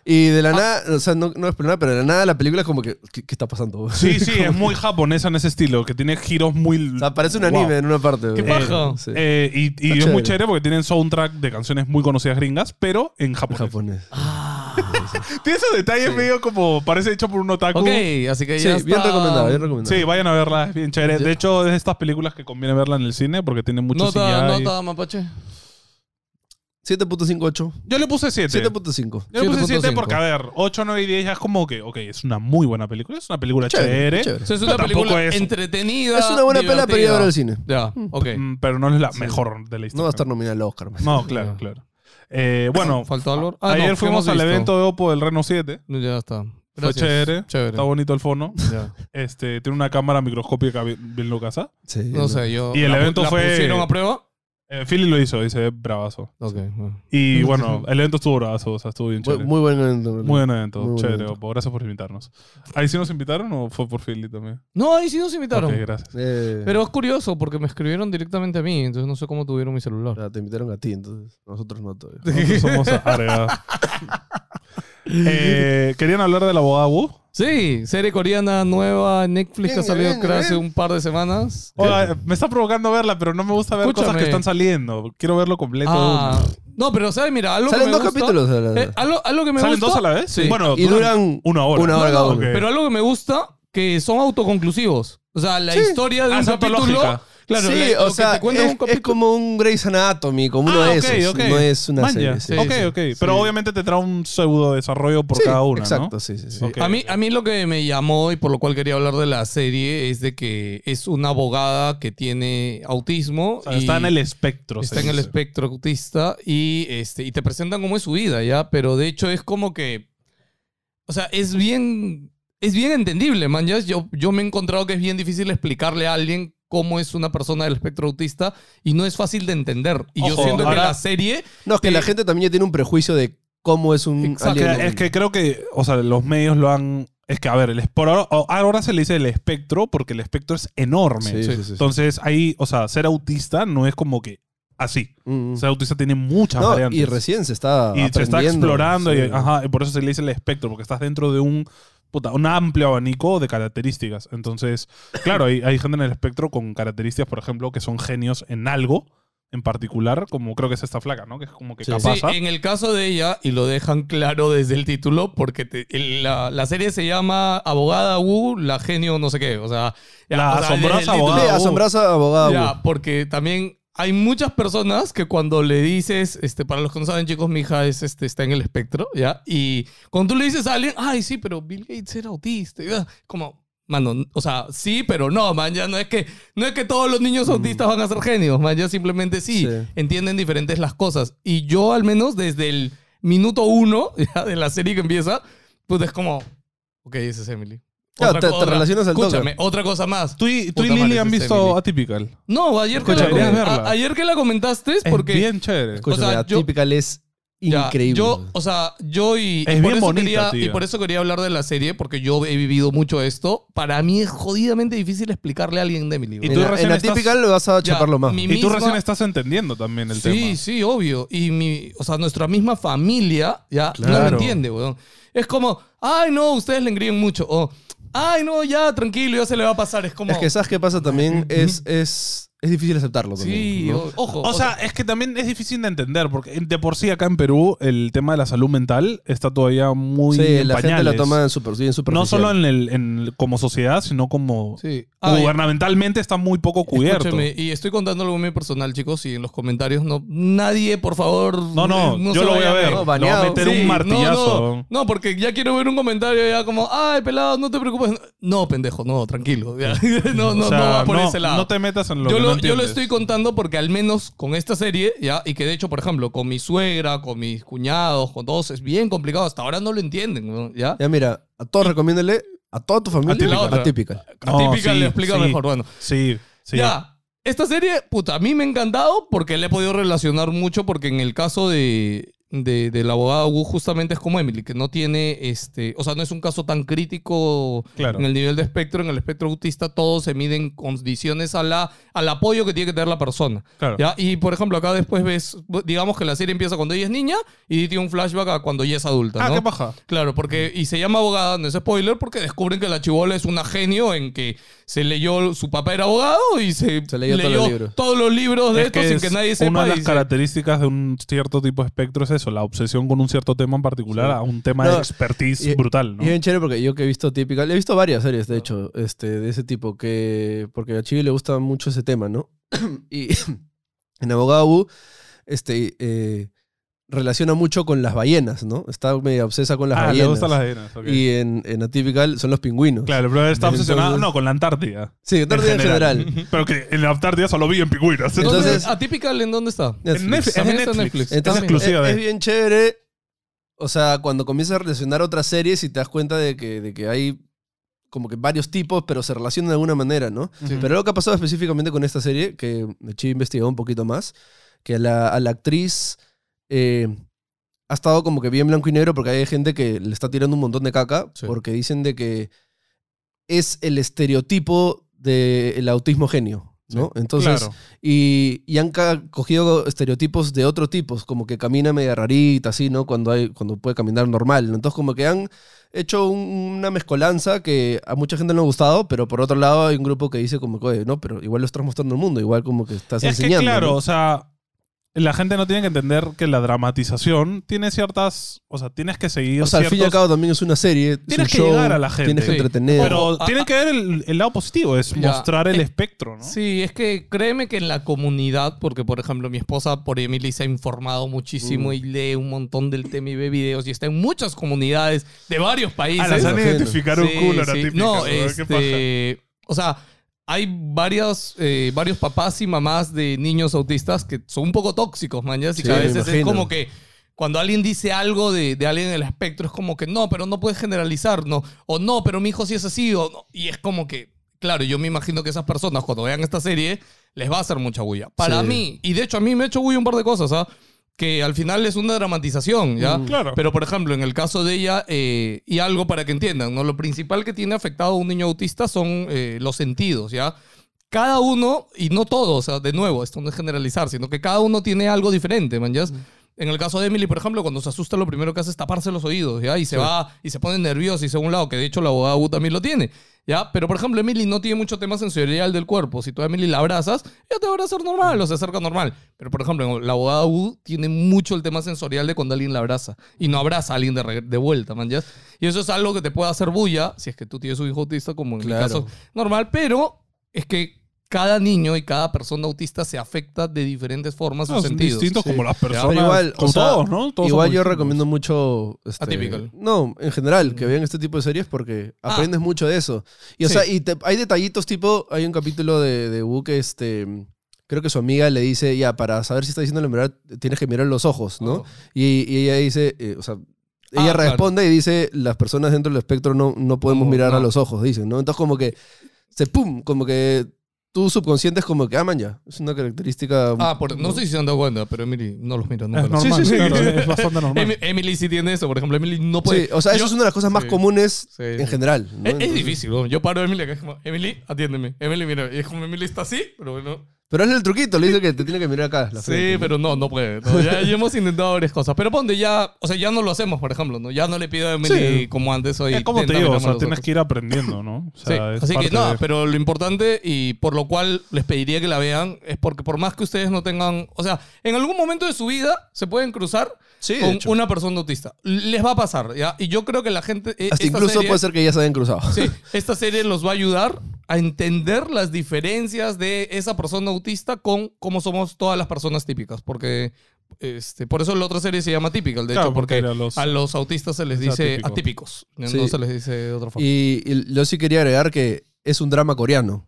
Y de Ah. la nada, o sea, no, no es por nada, pero de la nada la película es como que, ¿qué, qué está pasando? Sí, sí, es muy japonesa en ese estilo, que tiene giros muy. O sea, parece un Wow. anime en una parte. Qué güey. paja. Sí. Eh, y y es Este, chévere. muy chévere porque tienen soundtrack de canciones muy conocidas gringas, pero en En japonés. japonés. Ah, Tiene esos detalles Sí. medio como parece hecho por un otaku. Ok, así que Sí, ya bien está. recomendado, bien recomendado. Sí, vayan a verla, es bien chévere. Ya. De hecho, es de estas películas que conviene verla en el cine porque tiene mucho Nota, CGI. nota, mapache. 7.58. Yo le puse 7. 7.5. Yo le puse 7 7.5. porque, a ver, 8, 9 y 10 ya es como que, ok, es una muy buena película, es una película Chévere, chévere, chévere. O sea, es una Pero tampoco película es- entretenida. Es una buena pela, pero ya ver al cine. Ya, ok. mm, pero no es la mejor de la historia. No va a estar nominada al Oscar. man. No, claro, claro. Eh, bueno, ¿Faltó algo? Ah, no, ayer que fuimos hemos al visto. evento de Oppo del Reno 7. Ya está. Fue Gracias. chévere, Chévere. está bonito el fono. Ya. Este, tiene una cámara microscópica bien, bien locasa. Sí, No sé, yo. Y el ¿la pu- evento la fue- pusieron a prueba? Eh, Philly lo hizo, dice, bravazo. Ok. bueno. Y bueno, el evento estuvo bravazo, o sea, estuvo bien Bu- chévere. Muy, Muy buen evento. en realidad. buen evento, muy buen chévere, evento. Oppo. Gracias por invitarnos. ¿Ahí sí nos invitaron o fue por Philly también? No, ahí sí nos invitaron. Ok, gracias. Eh, Pero es curioso porque me escribieron directamente a mí, entonces no sé cómo tuvieron mi o celular. sea, te invitaron a ti, entonces. Nosotros no todavía. Nosotros somos agregados. Eh, ¿Querían hablar del abogado Wu? Sí, serie coreana nueva, Netflix que ha Venga, salido venga, creo, hace venga. un par de semanas. Oiga, me está provocando verla, pero no me gusta ver cosas Escúchame. que están saliendo. Quiero verlo completo. Ah, no, pero sabes, mira, algo Salen que me dos gusta- capítulos. a la- eh, algo, algo que me ¿Salen gusta- dos a la vez? Sí. Bueno, y duran una hora. una hora No, cada no, uno. ok. Pero algo que me gusta, que son autoconclusivos. O sea, la historia de Ah, un es capítulo. autológica. Claro, sí, la- lo o que sea, te cuentan es, un capítulo- es como un Grey's Anatomy, como uno Ah, de ok, esos. ok. No es una serie. Manja. Sí, ok, sí, ok. Pero obviamente te trae un pseudo desarrollo por Sí, cada una, Exacto, ¿no? sí, sí. sí. Ok. A mí, a mí lo que me llamó y por lo cual quería hablar de la serie es de que es una abogada que tiene autismo. O sea, y está en el espectro. está se en el dice. espectro autista y, este, y te presentan cómo es su vida, ¿ya? Pero de hecho es como que... O sea, es bien, es bien entendible, man. ¿ya? Yo, yo me he encontrado que es bien difícil explicarle a alguien cómo es una persona del espectro autista y no es fácil de entender. Y yo Ojo, siento que ahora- la serie... No, es que Sí. la gente también ya tiene un prejuicio de cómo es un Exacto. Que- alien. es que creo que, o sea, los medios lo han. Es que, a ver, el, es- por ahora, o- ahora se le dice el espectro porque el espectro es enorme. Sí, sí, sí, sí. Entonces, ahí, o sea, ser autista no es como que así. Mm, mm. Ser autista tiene muchas No, variantes. y recién se está Y se está aprendiendo, explorando, sí. y, ajá, y por eso se le dice el espectro, porque estás dentro de un, puta, un amplio abanico de características. Entonces, claro, hay, hay gente en el espectro con características, por ejemplo, que son genios en algo en particular, como creo que es esta flaca, ¿no? Que es como que Sí. capaz. ¿ah? Sí, en el caso de ella, y lo dejan claro desde el título, porque te- el- la, la serie se llama Abogada Wu, la genio no sé qué. O sea, ya, La o sea, desde el asombrosa título- Sí, abogada Wu. asombrosa abogada. Ya, güey. porque también hay muchas personas que cuando le dices, este, para los que no saben, chicos, mi hija es, este, está en el espectro, ¿ya? Y cuando tú le dices a alguien, ay, sí, pero Bill Gates era autista, y, ah, como, mano, o sea, sí, pero no, man, ya no es que, no es que todos los Mm. niños autistas van a ser genios, man, ya simplemente sí, Sí. entienden diferentes las cosas. Y yo, al menos, desde el minuto uno ya, de la serie que empieza, pues es como, ok, ese es Emily. Claro, Otra te- te cosa- relacionas al toque. Escúchame, otra cosa más. Tú y, tú y Puta Lily madre, han ese es visto Emily. Atypical. No, ayer que, Escucha, la, comen- deberías verla. a- ayer que la comentaste es porque... es bien chévere. Escúchame, o sea, la yo- Typical es ya, increíble. Yo, o sea, yo y... Es y por bien eso bonita, quería- tía. Y por eso quería hablar de la serie, porque yo he vivido mucho esto. Para mí es jodidamente difícil explicarle a alguien de mi libro. Y en, tú la, recién en la estás- Typical lo vas a Ya, chaparlo más. mi Y tú misma- recién estás entendiendo también el sí, tema. sí, obvio. Y mi, o sea, nuestra misma familia ya no lo Claro. entiende, weón. Es como, ay, no, ustedes le engríen mucho. O, ay, no, ya, tranquilo, ya se le va a pasar. Es como, Es que sabes qué pasa también, es, es, es difícil aceptarlo sí, también. ¿no? o- ojo. O sea, es que también es difícil de entender, porque de por sí acá en Perú el tema de la salud mental está todavía muy Sí, en la gente la pañales. toma en super, sí, en No superficial. solo en el, en- como sociedad, sino como sí. Ay, gubernamentalmente está muy poco cubierto. Ah, Escúcheme, y estoy contando algo muy personal, chicos, y en los comentarios no nadie, por favor. eh, No, no, yo se lo voy vaya a ver. No, Lo voy a baneado. meter Sí, un martillazo. No, no, no, porque ya quiero ver un comentario ya como, ay, pelado, no te preocupes. No, pendejo, no, tranquilo. ya. No, no, O sea, no va por ese lado. no te metas en lo yo, que no lo, yo lo entiendes. estoy contando porque al menos con esta serie, ya, y que de hecho, por ejemplo, con mi suegra, con mis cuñados, con todos, es bien complicado. Hasta ahora no lo entienden, ¿no? ¿ya? Ya mira, a todos recomiéndale, a toda tu familia, Atypical. Atypical. No, Típica sí, le explica sí. mejor, bueno. Sí, sí. Ya. Esta serie, puta, a mí me ha encantado porque le he podido relacionar mucho porque en el caso de, de, del abogado Wu justamente es como Emily, que no tiene, este, o sea, no es un caso tan crítico Claro. en el nivel de espectro. En el espectro autista todo se mide en condiciones a la, al apoyo que tiene que tener la persona. Claro. Ah, ¿ya? Y, por ejemplo, acá después ves, digamos que la serie empieza cuando ella es niña y tiene un flashback a cuando ella es adulta, Ah, ¿no? qué paja. Claro, porque y se llama abogada, no es spoiler, porque descubren que la chivola es una genio en que se leyó, su papá era abogado y se, Se leyó todos los libros. todos los libros de Es esto que sin es que nadie sepa. Una de las y se- características de un cierto tipo de espectro es eso, la obsesión con un cierto tema en particular a un tema de No, expertise y- brutal, ¿no? Y es bien chévere porque yo que he visto típica, he visto varias series, de hecho, este, de ese tipo, que porque a Chibi le gusta mucho ese tema, ¿no? y en Abogado Wu, este, eh, relaciona mucho con las ballenas, ¿no? Está medio obsesa con las ah, ballenas. le gustan las ballenas. ok. Y en, en Atypical son los pingüinos. claro, pero él está Entonces- obsesionado no, con la Antártida. Sí, en En general. general. Pero que en la Antártida solo vi en pingüinos. ¿Dónde- Entonces, Entonces- ¿Atypical en dónde está? Netflix. en Netflix. También en está en Netflix. Netflix. Es Entonces, exclusiva es, de es bien chévere. O sea, cuando comienzas a relacionar otras series y te das cuenta de que, de que hay como que varios tipos, pero se relacionan de alguna manera, ¿no? Ujú. Pero lo que ha pasado específicamente con esta serie, que Chi investigó un poquito más, que a la, a la actriz eh, ha estado como que bien blanco y negro porque hay gente que le está tirando un montón de caca Sí. porque dicen de que es el estereotipo del autismo genio, ¿no? Entonces, claro. y, y han ca- cogido estereotipos de otro tipo, como que camina media rarita, así, ¿no? Cuando, hay, cuando puede caminar normal. ¿no? Entonces, como que han hecho un- una mezcolanza que a mucha gente no le ha gustado, pero por otro lado hay un grupo que dice como que, oye, no, pero igual lo estás mostrando al mundo, igual como que estás Es que enseñando. claro, ¿no? o sea, la gente no tiene que entender que la dramatización tiene ciertas, o sea, tienes que seguir O sea, al fin y al ciertos- cabo también es una serie. es Tienes un que show, llegar a la gente. Tienes que Sí. entretener. pero Ojo, a- tienen a- que ver el, el lado positivo, es Ya. mostrar el Eh, espectro, ¿no? Sí, es que créeme que en la comunidad, porque por ejemplo mi esposa por Emily se ha informado muchísimo Mm. y lee un montón del tema y ve videos y está en muchas comunidades de varios países. Ah, las han Sí, identificado Sí, un culo, la sí. típica, No, ¿no? ¿Qué paja? este, o sea, hay varias, eh, varios papás y mamás de niños autistas que son un poco tóxicos, man. ¿ya? Así Sí, que a me veces es imagino. como que cuando alguien dice algo de, de alguien en el espectro, es como que no, pero no puedes generalizar, no. O no, pero mi hijo sí es así. O no. Y es como que, claro, yo me imagino que esas personas cuando vean esta serie les va a hacer mucha bulla. Para Sí. mí, y de hecho a mí me ha hecho bulla un par de cosas, ¿ah? Que al final es una dramatización, ¿ya? Mm. Claro. Pero, por ejemplo, en el caso de ella, eh, y algo para que entiendan, ¿no? Lo principal que tiene afectado a un niño autista son eh, los sentidos, ¿ya? Cada uno, y no todos, o sea, de nuevo, esto no es generalizar, sino que cada uno tiene algo diferente, ¿man? ¿ya? En el caso de Emily, por ejemplo, cuando se asusta, lo primero que hace es taparse los oídos, ¿ya? Y se va, y se pone nerviosa y según lado, que de hecho la abogada Wu también lo tiene, ¿ya? Pero, por ejemplo, Emily no tiene mucho tema sensorial del cuerpo. Si tú a Emily la abrazas, ella te va a abrazar normal o se acerca normal. Pero, por ejemplo, la abogada Wu tiene mucho el tema sensorial de cuando alguien la abraza y no abraza a alguien de, reg- de vuelta, ¿man? ¿ya? Y eso es algo que te puede hacer bulla si es que tú tienes un hijo autista, como en Claro. el caso normal, pero es que cada niño y cada persona autista se afecta de diferentes formas No, sus son sentidos. distintos Sí. como las Pero personas. igual, con o sea, todos, ¿no? Todos Igual somos yo distintos. recomiendo mucho... este, Atypical. No, en general, que vean este tipo de series porque Ah. aprendes mucho de eso. Y, o Sí. sea, y te- hay detallitos tipo... Hay un capítulo de, de Wu que este... Creo que su amiga le dice, ya, para saber si está diciendo la verdad, tienes que mirar los ojos, ¿no? Y, y ella dice, eh, o sea, ella Oh. Ah, claro. responde y dice, las personas dentro del espectro no, no podemos No, mirar a no. los ojos, dicen, ¿no? Entonces como que se pum, como que tu subconsciente es como que aman ya. Es una característica... Ah, por- no estoy dando cuenta, pero Emily no los mira nunca. Es los- normal, Sí, sí, sí. claro, es bastante normal. Em- Emily sí tiene eso, por ejemplo, Emily no puede. Sí, o sea, eso Pues, Yo- es una de las cosas más sí. comunes Sí, en sí. general. ¿no? Es, es Entonces- difícil, ¿no? yo paro a Emily acá, es como, Emily, atiéndeme. Emily, mira, y es como Emily está así, pero bueno. Pero es el truquito, le dice que te tiene que mirar acá. la Sí, frente, ¿no? pero no, no puede. ¿no? Ya, ya hemos intentado varias cosas. Pero ponte ya, o sea, ya no lo hacemos, por ejemplo, ¿no? Ya no le pido a Emily Sí. como antes hoy. Es como te "Tenta digo, o mirarme sea, los tienes ojos". que ir aprendiendo, ¿no? O sea, Sí, es Así que parte no, de- pero lo importante y por lo cual les pediría que la vean es porque por más que ustedes no tengan, o sea, en algún momento de su vida se pueden cruzar Sí, de con hecho. una persona autista. Les va a pasar, ¿ya? Y yo creo que la gente... eh, Hasta esta incluso serie- puede ser que ya se hayan cruzado. Sí, esta serie los va a ayudar a entender las diferencias de esa persona autista con cómo somos todas las personas típicas, porque este, por eso la otra serie se llama Typical, de Claro, hecho, porque, porque a a los, los- autistas se les es dice atípico. atípicos, no Sí. se les dice de otra forma. Y, y yo sí quería agregar que es un drama coreano.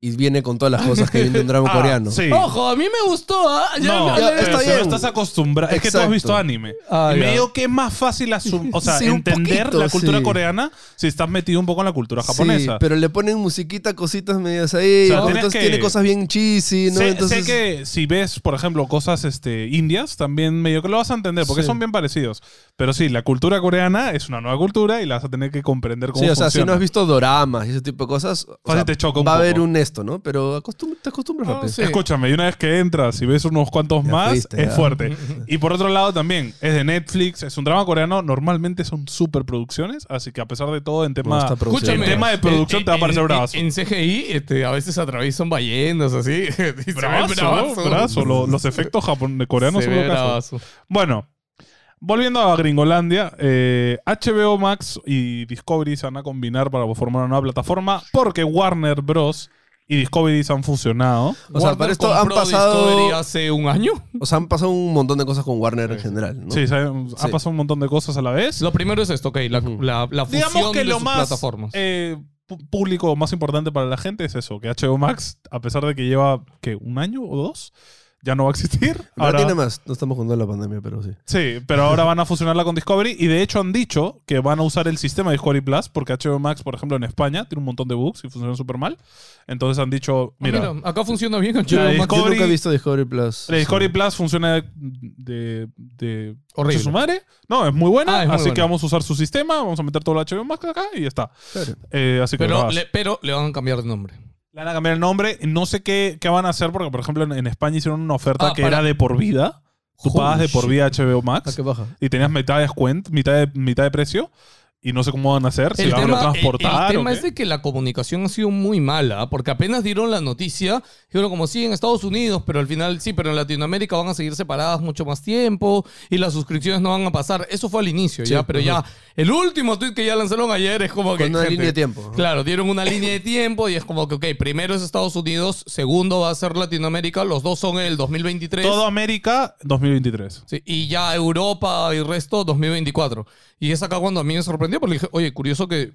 y viene con todas las cosas que viene de un drama Ah, coreano. Sí. Ojo, a mí me gustó. ¿ah? Yo No, me- ya, pero está si bien. no estás acostumbrado. Es que tú has Exacto. visto anime. Ah, y ya. medio que es más fácil asum- o sea, Sí, un entender poquito, la cultura sí. coreana si estás metido un poco en la cultura japonesa. Sí, pero le ponen musiquita, cositas medias ahí. O sea, tienes entonces que- tiene cosas bien cheesy, ¿no? sé, sé entonces, que si ves, por ejemplo, cosas este, indias, también medio que lo vas a entender, porque Sí. son bien parecidos. Pero sí, la cultura coreana es una nueva cultura y la vas a tener que comprender cómo sí, o sea, si funciona. no has visto doramas y ese tipo de cosas, o Fácil sea, te choca un va a haber poco. un esto, ¿no? Pero acostum- te acostumbras Ah, rápido. sí. Escúchame, y una vez que entras y ves unos cuantos Ya más, fuiste, es ya. fuerte. Y por otro lado también, es de Netflix, es un drama coreano, normalmente son superproducciones, así que a pesar de todo, en tema, está producido. en Escúchame, tema de producción te va a en- parecer en- bravazo. En CGI, este, a veces atraviesan ballenas así. y se ve Bravazo, bravazo. bravazo. Lo- Los, efectos japon- coreanos Se son ve locazos. bravazo. Bueno, volviendo a Gringolandia, eh, HBO Max y Discovery se van a combinar para formar una nueva plataforma porque Warner Bros. y Discovery se han fusionado. O sea, Warner para esto han compró pasado- Discovery hace un año. O sea, han pasado un montón de cosas con Warner en Sí. general, ¿no? Sí, se han- ha Sí. pasado un montón de cosas a la vez. Lo primero es esto, ok. La, Ujú. la, la fusión Digamos que de lo sus más plataformas. eh, pu- público más importante para la gente es eso, que HBO Max, a pesar de que lleva ¿qué, un año o dos, ya no va a existir. Ahora Ahora- tiene más. No estamos jugando a la pandemia, pero sí. Sí, pero ahora van a fusionarla con Discovery y de hecho han dicho que van a usar el sistema Discovery Plus porque HBO Max, por ejemplo, en España tiene un montón de bugs y funciona súper mal. Entonces han dicho, mira, Ah, mira, acá funciona bien. Ya, HBO Max. Discovery- Yo nunca he visto Discovery Plus. la Discovery Sí. Plus funciona de... de Horrible. su madre. No, es muy buena, Ah, es muy así que buena. vamos a usar su sistema, vamos a meter todo el HBO Max acá y ya está. Claro. Eh, así que Pero nada, le, pero le van a cambiar de nombre. le van a cambiar el nombre. No sé qué, qué van a hacer porque, por ejemplo, en, en España hicieron una oferta Ah, que para- era de por vida. Tú Holy pagabas de por shit. vida HBO Max. ¿A Ah, qué baja? y tenías mitad de descuento, mitad de, mitad de precio, y no sé cómo van a hacer, si la van a el- el transportar. o tema qué. es de que la comunicación ha sido muy mala, porque apenas dieron la noticia, dijeron como sí en Estados Unidos, pero al final sí, pero en Latinoamérica van a seguir separadas mucho más tiempo y las suscripciones no van a pasar. Eso fue al inicio Sí, ya, pero ya ajá. el último tweet que ya lanzaron ayer es como que... Con una gente, línea de tiempo. Claro, dieron una línea de tiempo y es como que, ok, primero es Estados Unidos, segundo va a ser Latinoamérica, los dos son el 2023. Todo América 2023. Sí, y ya Europa y resto 2024. Y es acá cuando a mí me sorprendió porque dije, oye, curioso que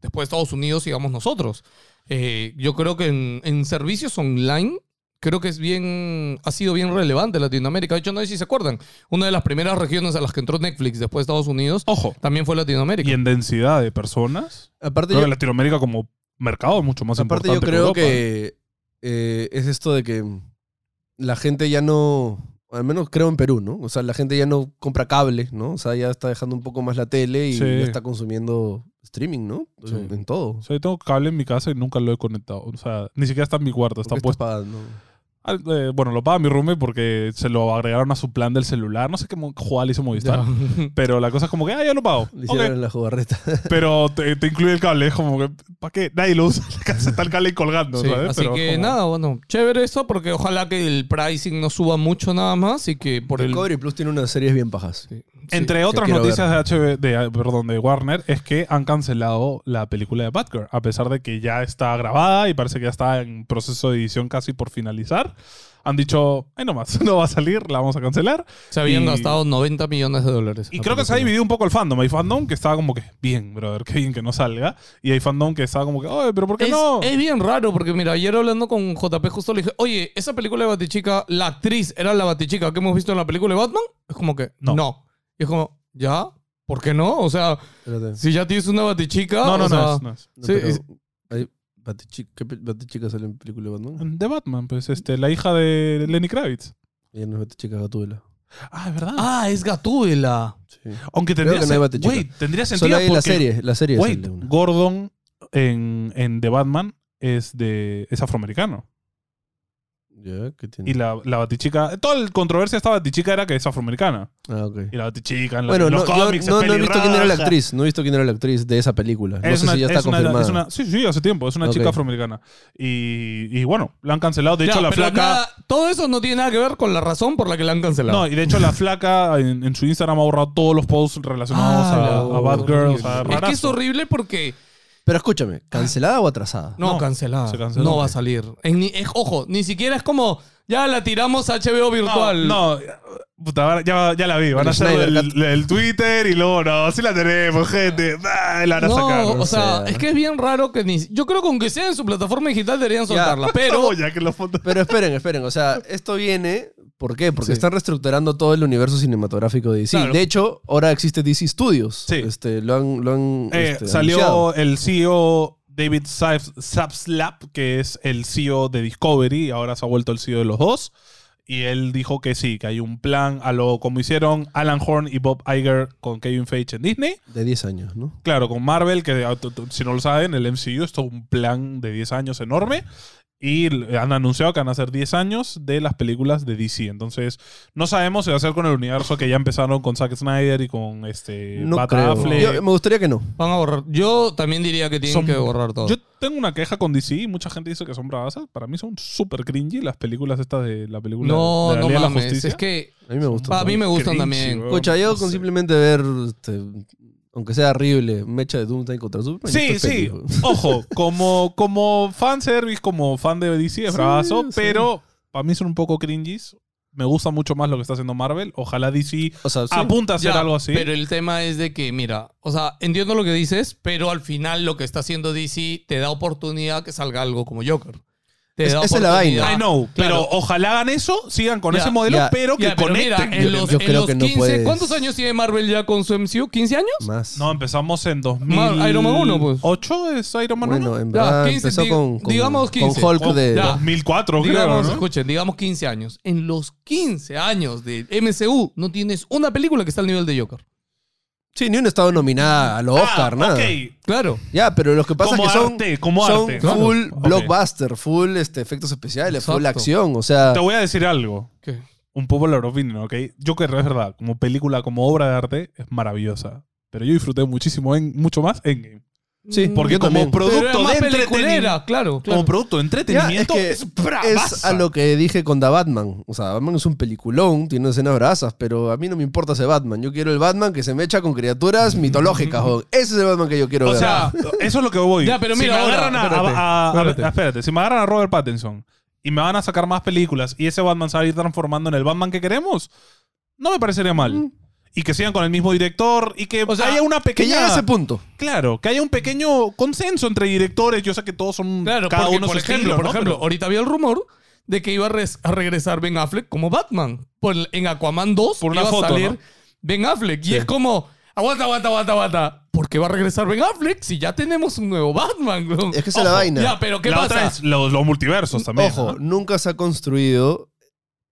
después de Estados Unidos sigamos nosotros. Eh, yo creo que en, en servicios online creo que es bien, ha sido bien relevante Latinoamérica. De hecho, no sé si se acuerdan, una de las primeras regiones a las que entró Netflix después de Estados Unidos Ojo, también fue Latinoamérica. y en densidad de personas, Aparte, creo yo, que Latinoamérica como mercado es mucho más aparte yo importante. creo Europa. que eh, es esto de que la gente ya no. Al menos creo en Perú, ¿no? O sea, la gente ya no compra cable, ¿no? O sea, ya está dejando un poco más la tele y Sí. ya está consumiendo streaming, ¿no? Sí. En, en todo. O sea, yo tengo cable en mi casa y nunca lo he conectado. O sea, ni siquiera está en mi cuarto, está ¿Por qué puesto. pagando? Ah, eh, bueno, lo paga mi roommate porque se lo agregaron a su plan del celular. No sé qué mo- jugada le hizo Movistar. Ya. Pero la cosa es como que, ah, ya lo pago. Le Ok. hicieron la jugarreta. Pero te, te incluye el cable. Es como que, ¿para qué? Nadie lo usa. En la casa está el cable ahí colgando, Sí, ¿sabes? así Pero que como- nada, bueno, chévere eso porque ojalá que el pricing no suba mucho nada más y que por el... Discovery Plus tiene unas series bien pajas. Sí, sí. Entre otras quiero noticias de, HB de, perdón, de Warner es que han cancelado la película de Batgirl, a pesar de que ya está grabada y parece que ya está en proceso de edición casi por finalizar. Han dicho, ay no más, no va a salir, la vamos a cancelar. Se habían Y- gastado 90 millones de dólares. Y creo que se ha dividido un poco el fandom. Hay fandom que estaba como que, bien, brother, qué bien que no salga. Y hay fandom que estaba como que, ay, pero ¿por qué Es, no? es bien raro porque, mira, ayer hablando con JP justo le dije, oye, esa película de Batichica, la actriz era la Batichica que hemos visto en la película de Batman. Es como que, No. no. Y es como, ¿ya? ¿Por qué no? O sea, Espérate. si ya tienes una Batichica. no, no, no, o sea, es- no es. No, Sí, pero es- hay Batichica, ¿Qué pe- Batichica sale en película de Batman? De Batman, pues, este, la hija de Lenny Kravitz. Ella no es Batichica Gatúbela. Ah, es verdad. Ah, es Gatúbela. Sí. Aunque Creo tendría, que no hay sen- Batichica. güey, tendría sentido Solo hay la porque- serie, la serie Wait, sale una. Gordon en, en The Batman es de es afroamericano. Ya, ¿qué tiene? Y la, la batichica, toda la controversia de esta batichica era que es afroamericana. Ah, ok. Y la batichica en la- Bueno, en no, los yo cómics es no, no he visto quién era la pelirroja. actriz. No he visto quién era la actriz de esa película. No sé si ya está es una- confirmada. es una- sí, sí, hace tiempo. Es una Ok. chica afroamericana. Y, y bueno, la han cancelado. De hecho, Ya, la pero flaca. nada, todo eso no tiene nada que ver con la razón por la que la han cancelado. No, y de hecho, la flaca en, en su Instagram ha borrado todos los posts relacionados Ah, a, la- a Batgirl. O sea, es que es rarazo. horrible porque. Pero escúchame, ¿cancelada o atrasada? No, No, cancelada. se canceló. No va a salir. En ni- es- ojo, ni siquiera es como ya la tiramos a HBO virtual. No, no, Puta, ahora ya, ya la vi. Van El a hacer Snyder el, el Twitter y luego, no, sí la tenemos, gente. Ah, la van a sacar. No, o sea, sea. es que es bien raro que ni. Yo creo que aunque sea en su plataforma digital deberían soltarla, pero. No, ya que los fondos. Pero esperen, esperen. O sea, esto viene. ¿Por qué? Porque Sí. están reestructurando todo el universo cinematográfico de DC. Claro. De hecho, ahora existe DC Studios. Sí. Este, lo han. Lo han Eh, este, salió anunciado. el CEO David Saps- Sapslap, que es el CEO de Discovery, y ahora se ha vuelto el CEO de los dos. Y él dijo que sí, que hay un plan a lo como hicieron Alan Horn y Bob Iger con Kevin Feige en Disney. De 10 años, ¿no? Claro, con Marvel, que ah, tu- tu- si no lo saben, el MCU, esto es un plan de 10 años enorme. Y l- han anunciado que van a ser 10 años de las películas de DC. Entonces, no sabemos si va a ser con el universo que ya empezaron con Zack Snyder y con este No Bat creo. Affleck. Yo- eh, me gustaría que no. Van a borrar. Yo también diría que tienen Son- que borrar todo. Yo tengo una queja con DC y mucha gente dice que son bravasas. Para mí son súper cringy las películas estas de la película no, de la no Liga de la mames. Justicia. Es que A mí me gusta. a mí me gustan Cringy, también. weón. Escucha, yo No con sé. simplemente ver. este, aunque sea horrible, mecha de Doomsday contra Superman. yo Sí, estoy sí. feliz, weón. Ojo, como, como fanservice, como fan de DC, es Sí, bravazo, sí. pero para mí son un poco cringies. Me gusta mucho más lo que está haciendo Marvel. Ojalá DC O sea, sí. apunta a hacer Ya, algo así. Pero el tema es de que, mira, o sea, entiendo lo que dices, pero al final lo que está haciendo DC te da oportunidad que salga algo como Joker. Te Es- da esa es la oportunidad. vaina. I know, claro. pero ojalá hagan eso, sigan con Ya, ese modelo, ya, pero que Ya, pero mira, conecten. en los, Yo en creo los que no 15, puedes. ¿cuántos años tiene Marvel ya con su MCU? ¿15 años? Más. No, empezamos en 2000. Ma- Iron Man 1, pues. ¿8 es Iron Man Oh, 1? bueno, en verdad 15, empezó di- con, con- digamos con 15. Hulk O de. ya. 2004, creo, Digamos, ¿no? escuchen, digamos 15 años. En los 15 años de MCU no tienes una película que está al nivel de Joker. Sí, ni una estaba nominada a los Oscar, Ah, nada. ok. Claro. Ya, pero lo que pasa Como es que son, arte, como son arte. Claro. full Ok. blockbuster, full este, efectos especiales, full Exacto. acción. O sea, Te voy a decir algo. Un popular opinion, ¿ok? Yo creo que es verdad. Como película, como obra de arte, es maravillosa. Pero yo disfruté muchísimo, en, mucho más en sí, Porque yo como también. pro- producto Pero es más de peliculera, claro. claro. Como producto de entretenimiento, Ya, es que es, bravaza. es a lo que dije con The Batman. O sea, Batman es un peliculón, tiene escenas brasas, pero a mí no me importa ese Batman. Yo quiero el Batman que se me echa con criaturas mitológicas. weón. Ese es el Batman que yo quiero O ver. sea, eso es lo que voy. Ya, pero mira si me ahora, agarran a, espérate, a- a- a- espérate. espérate, si me agarran a Robert Pattinson y me van a sacar más películas y ese Batman se va a ir transformando en el Batman que queremos, no me parecería mal. Y que sigan con el mismo director y que O sea, haya una que pequeña... llegue a ese punto. Claro, que haya un pequeño consenso entre directores. Yo sé que todos son Claro, cada porque, uno por su ejemplo, estilo, por ¿no? ejemplo, Pero- ahorita había el rumor de que iba a, res- a regresar Ben Affleck como Batman. Por el- en Aquaman 2 Por una iba foto, a salir ¿no? Ben Affleck. Y es como, aguanta, aguanta, aguanta, aguanta. ¿Por qué va a regresar Ben Affleck si ya tenemos un nuevo Batman? weón? Es que esa es la vaina. Ya, pero ¿qué la otra pasa? es los, los multiversos también. Ojo, ¿no? nunca se ha construido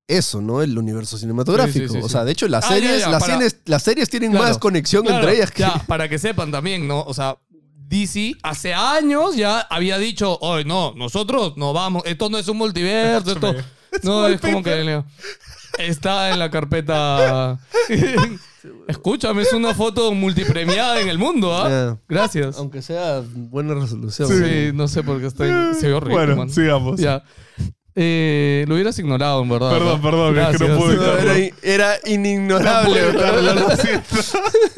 eso, ¿no? El universo cinematográfico. Sí, sí, sí, O sí. sea, de hecho, las Ah, series, ya, ya, las para- series, las series tienen Claro, más conexión Claro, entre ellas que. ya, para que sepan también, ¿no? O sea, DC hace años ya había dicho, oye, no, nosotros no vamos, esto no es un multiverso, esto... Escúchame. no, un es como que... Leo, está en la carpeta... Escúchame, es una foto multipremiada en el mundo, ¿ah? Ya. Gracias. Aunque sea buena resolución. Sí, no sé por qué estoy... Se ve horrible, Bueno, man. sigamos. Ya. Eh, lo hubieras ignorado, en verdad. Perdón, perdón, es que no Gracias. pude No, era, era inignorable. Claro, bro. claro, lo siento.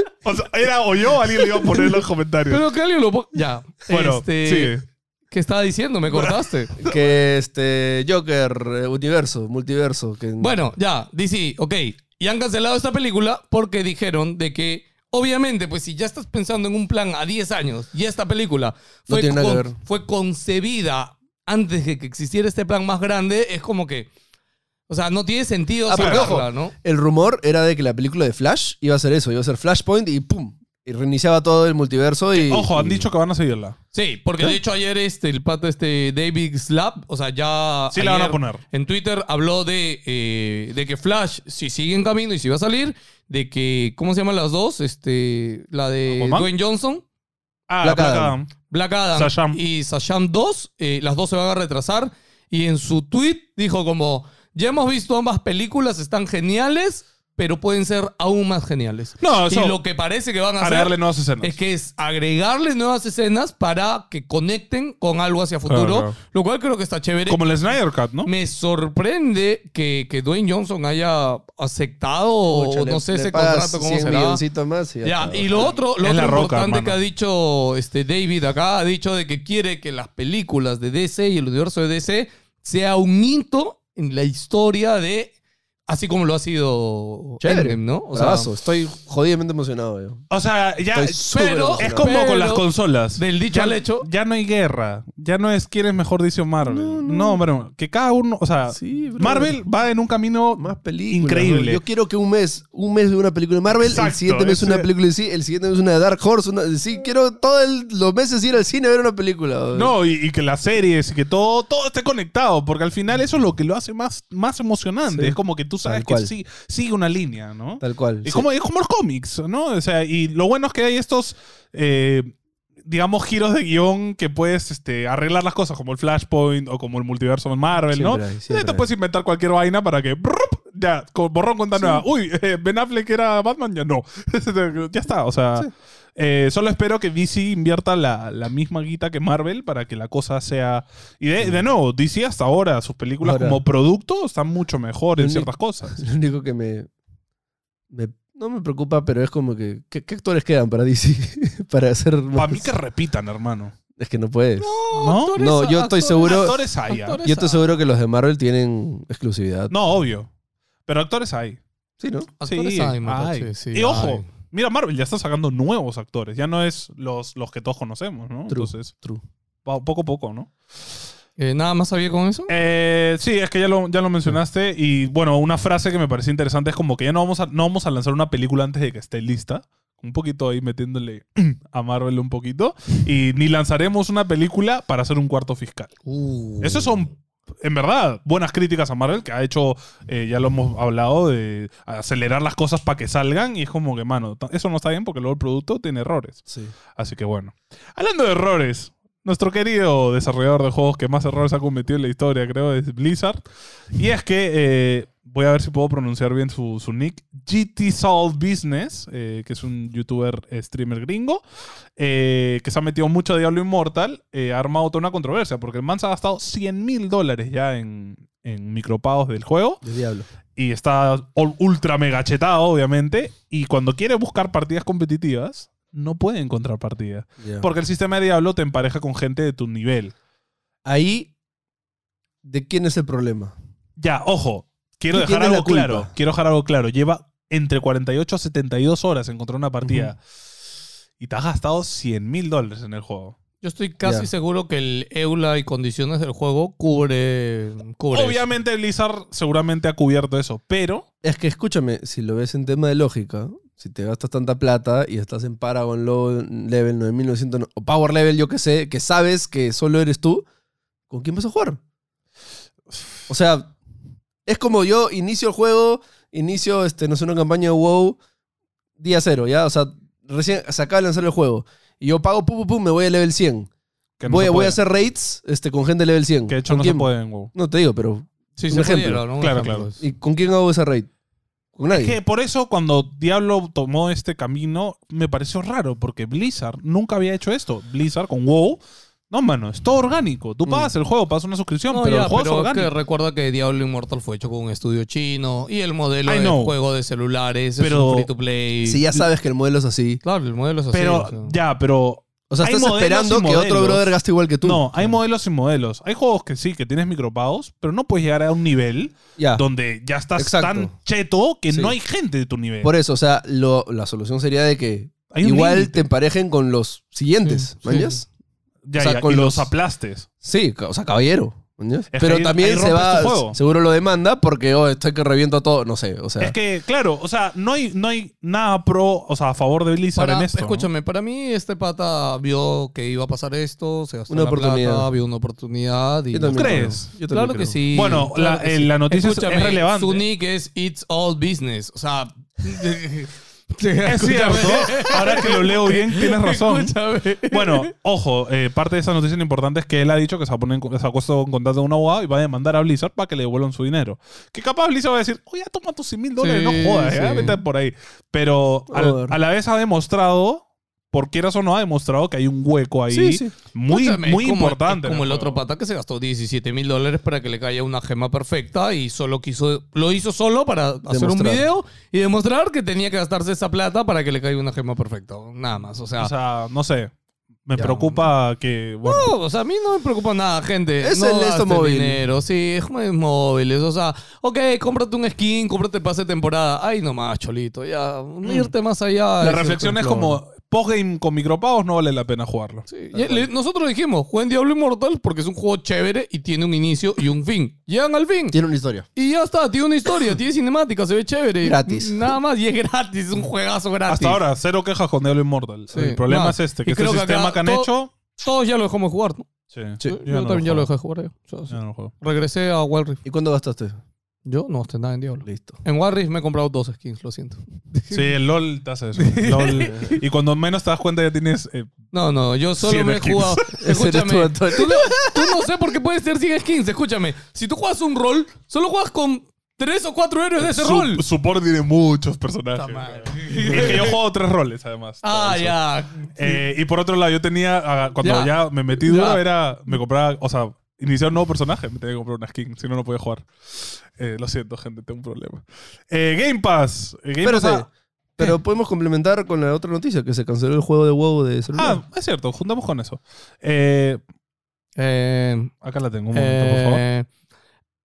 O sea, era o yo o alguien le iba a poner en los comentarios. Pero que alguien lo... po- Ya. bueno, Este, sigue. ¿Qué estaba diciendo? Me cortaste. que este Joker, eh, universo, multiverso. Que Bueno, ya, DC, ok. Y han cancelado esta película porque dijeron de que, obviamente, pues si ya estás pensando en un plan a 10 años y esta película No fue, tiene nada que ver. fue concebida antes de que existiera este plan más grande, es como que, o sea, no tiene sentido Ah, porque, sacarla, ojo, ¿no? el rumor era de que la película de Flash iba a ser eso, iba a ser Flashpoint y ¡pum! Y reiniciaba todo el multiverso y. Ojo, han y- dicho que van a seguirla. Sí, porque de hecho ayer este, el pato este David Slap, o sea, ya... Sí la van a ayer poner. En Twitter habló de, eh, de que Flash, si sigue en camino y si va a salir, de que, ¿cómo se llaman las dos? Este, la de ¿Aquaman? Dwayne Johnson, Ah, Black Black Adam. Adam. Black Adam Shazam. y Sasham 2, eh, las dos se van a retrasar. Y en su tweet dijo como, ya hemos visto ambas películas, están geniales, pero pueden ser aún más geniales. No, y eso. lo que parece que van a hacer Agregarle nuevas escenas. es que es agregarle nuevas escenas para que conecten con algo hacia futuro, Claro. lo cual creo que está chévere. Como el Snyder Cut, ¿no? Me sorprende que, que Dwayne Johnson haya aceptado, Pucha, o le- no sé, le ese pagas contrato, cómo 100 será. milloncitos más y ya Ya, está. y lo otro, lo Es la otro roca, importante hermano. que ha dicho este David acá, ha dicho de que quiere que las películas de DC y el universo de DC sea un hito en la historia de Así como lo ha sido Chévere. Endgame, ¿no? O O sea, estoy jodidamente emocionado yo. O sea, ya. Estoy súper Pero es emocionado. como con las Pero- consolas. del dicho ya, al hecho. Ya no hay guerra. Ya no es quién es mejor DC o Marvel. No, pero que cada uno. O sea, Sí, bro. Marvel va en un camino. Más películas. ¿no? Increíble. Yo quiero que un mes, un mes de una película de Marvel, el Exacto, siguiente mes ese- una película de sí, el siguiente mes una de Dark Horse, una de sí. Quiero todos los meses ir al cine a ver una película. bro. No, y, y que las series y que todo, todo esté conectado, porque al final eso es lo que lo hace más, más emocionante. Sí. Es como que tú sabes Tal que cual. sí, sigue una línea, ¿no? Tal cual. Es, sí. como, es como los cómics, ¿no? O sea, y lo bueno es que hay estos, eh, digamos, giros de guión que puedes este, arreglar las cosas, como el Flashpoint o como el multiverso de Marvel, ¿no? Siempre hay, siempre Y te hay. puedes inventar cualquier vaina para que... ¡brup! ya, con borrón cuenta nueva. Uy, eh, Ben Affleck era Batman, ya no. ya está, o sea... eh, solo espero que DC invierta la, la misma guita que Marvel para que la cosa sea... Y de, de nuevo, DC hasta ahora, sus películas Ahora- como producto están mucho mejor en Lo ciertas cosas. Lo único que me, me- No me preocupa, pero es como que. ¿Qué, qué actores quedan para DC? para hacer. Para más? mí que repitan, hermano. Es que no puedes. ¿No? actores- No, yo estoy actores- seguro- actores hay. ah. actores- Yo estoy seguro que los de Marvel tienen exclusividad. No, obvio. Pero actores hay. Sí, ¿no? actores sí, hay, Marco, hay. sí, sí, y ojo, hay. mira, Marvel ya está sacando nuevos actores. Ya no es los, los que todos conocemos, ¿no? True. Entonces, True. va poco a poco, ¿no? Eh, Nada más había con eso. Eh, sí, es que ya lo, ya lo mencionaste. Y bueno, una frase que me pareció interesante es como que ya no vamos a, no vamos a lanzar una película antes de que esté lista. Un poquito ahí metiéndole a Marvel un poquito. Y ni lanzaremos una película para hacer un cuarto fiscal. Uh, Esas son, en verdad, buenas críticas a Marvel, que ha hecho, eh, ya lo hemos hablado, de acelerar las cosas para que salgan. Y es como que, mano, ta- eso no está bien porque luego el producto tiene errores. Sí. Así que bueno. Hablando de errores, nuestro querido desarrollador de juegos que más errores ha cometido en la historia, creo, es Blizzard. Y es que, eh, voy a ver si puedo pronunciar bien su, su nick, GT Soul Business, eh, que es un youtuber eh, streamer gringo, eh, que se ha metido mucho a Diablo Immortal, eh, ha armado toda una controversia, porque el man se ha gastado 100 mil dólares ya en, en micropagos del juego De diablo. y está ul- ultra mega chetado, obviamente. Y cuando quiere buscar partidas competitivas, no puede encontrar partidas. Ya. Porque el sistema de Diablo te empareja con gente de tu nivel. Ahí. ¿De quién es el problema? Ya, ojo, quiero ¿Quién dejar tiene la algo claro. culpa? Quiero dejar algo claro. Lleva entre 48 a 72 horas encontrar una partida. Y te has gastado 100 mil dólares en el juego. Yo estoy casi Ya. seguro que el EULA y condiciones del juego cubre. cubre eso. Obviamente Blizzard seguramente ha cubierto eso, pero... Es que escúchame, si lo ves en tema de lógica, si te gastas tanta plata y estás en Paragon Low Level 9900 o Power Level, yo que sé, que sabes que solo eres tú, ¿con quién vas a jugar? O sea, es como yo inicio el juego, inicio, este, no sé, una campaña de WoW, día cero, ¿ya? O sea, recién se acaba de lanzar el juego. Y yo pago, pum, pum, pum, me voy a level 100. Que no voy, se voy puede. a hacer raids este, con gente de level 100. Que de hecho ¿Con no quién? se pueden, wow. No te digo, pero Sí, Un se ejemplo. pudieron, ¿no? Un Claro, ejemplo. claro. ¿y con quién hago esa raid? Con nadie. Es que por eso cuando Diablo tomó este camino me pareció raro, porque Blizzard nunca había hecho esto. Blizzard con WoW. No, mano, es todo orgánico. Mm. Tú pagas el juego, pagas una suscripción, No, pero ya, el juego pero es que orgánico. recuerda que Diablo Immortal fue hecho con un estudio chino y el modelo I de know. juego de celulares es Pero- un free to play. Si ya sabes que el modelo es así. Claro, el modelo es Pues así. Pero, o sea. ya, pero. O sea, Hay estás modelos esperando y que otro modelos. brother gaste igual que tú. No, hay modelos y modelos. Hay juegos que sí, que tienes micropagos, pero no puedes llegar a un nivel Ya. donde ya estás Ah. Exacto. tan cheto que Sí. no hay gente de tu nivel. Por eso, o sea, lo- la solución sería de que Hay un igual límite. te emparejen con los siguientes, Sí, sí. ¿mañas? ya, o sea, ya, con y los los- aplastes. Sí, ca- o sea, caballero. ¿mañas? que Pero ahí- ahí también se rompes va, tu juego. seguro lo demanda porque oh, estoy que reviento a todo, no sé, o sea. Es que, claro, o sea, no hay, no hay nada pro, o sea, a favor de Blizzard Para- en esto. ¿no? escúchame, para mí este pata vio que iba a pasar esto, se gastó Una la plata, oportunidad. vio una oportunidad y... Yo también ¿Tú creo. crees? Yo también Claro que creo. sí. Bueno, claro la- que eh, la noticia es- es Escúchame, relevante. Su nick es It's All Business. O sea... Es cierto. Ahora que lo leo bien, tienes razón. Bueno, ojo, eh, parte de esa noticia importante es que él ha dicho que se ha, poner- se ha puesto en contacto con un abogado y va a demandar a Blizzard para que le devuelvan su dinero. Que capaz Blizzard va a decir, oye, toma tus 100 mil dólares, Sí, no jodas, ya, sí. vete por ahí. Pero al- Joder. a la vez ha demostrado, por quieras o no, ha demostrado que hay un hueco ahí Sí, sí. muy, muy importante. en Como el juego. otro pata que se gastó 17 mil dólares para que le caiga una gema perfecta y solo quiso... Lo hizo solo para hacer un Demostrar. video y demostrar que tenía que gastarse esa plata para que le caiga una gema perfecta. Nada más, o sea... O sea, no sé. Me Ya, preocupa que. bueno, No, o sea, a mí no me preocupa nada, gente. Es no el esto gasten móvil. dinero, sí, es como en móviles. O sea, ok, cómprate un skin, cómprate el pase de temporada. Ay, nomás, cholito, ya. Mm. Irte más allá. la es reflexión es otro flow. como: postgame con micropagos no vale la pena jugarlo. Sí, y le- nosotros dijimos, jueguen Diablo Inmortal porque es un juego chévere y tiene un inicio y un fin. Llegan al fin. Tiene una historia. Y ya está, tiene una historia, tiene cinemática, se ve chévere. Gratis. Nada más, y es gratis, es un juegazo gratis. Hasta ahora, cero quejas con Diablo Immortal. Sí. El problema No, es este: y que este creo que sistema acá que han todo- hecho. Todos ya lo dejamos jugar, ¿no? Sí. Sí. Yo, ya no también ya lo juego. dejé jugar. ya. O sea, Ya no juego. Regresé a Wild Rift. ¿Y cuándo gastaste? Yo no gasté nada en Diablo. Listo. En Wild Rift me he comprado dos skins, lo siento. Sí, el LOL te hace eso. LOL. Y cuando menos te das cuenta, ya tienes. eh, No, no, yo solo Cien me he skins. jugado. Ese eres Escúchame. tú, Antonio. Tú no, tú no sé por qué puedes ser 100 skins, escúchame. Si tú juegas un rol, solo juegas con tres o cuatro héroes de ese su- rol. Support tiene muchos personajes. Puta madre. Es que yo juego tres roles, además. Ah, Eso. ya. Eh, y por otro lado, yo tenía, ah, cuando ya, Ya. me metí duro, Ya. era, me compraba, o sea, iniciar un nuevo personaje, me tenía que comprar una skin, si no, no podía jugar. Eh, lo siento, gente, tengo un problema. Eh, Game Pass. Eh, Game Pass Espérate. ha- Pero podemos complementar con la otra noticia, que se canceló el juego de huevo de celular. ah, es cierto, juntamos con eso. Eh, Eh, acá la tengo, un momento, por favor. eh,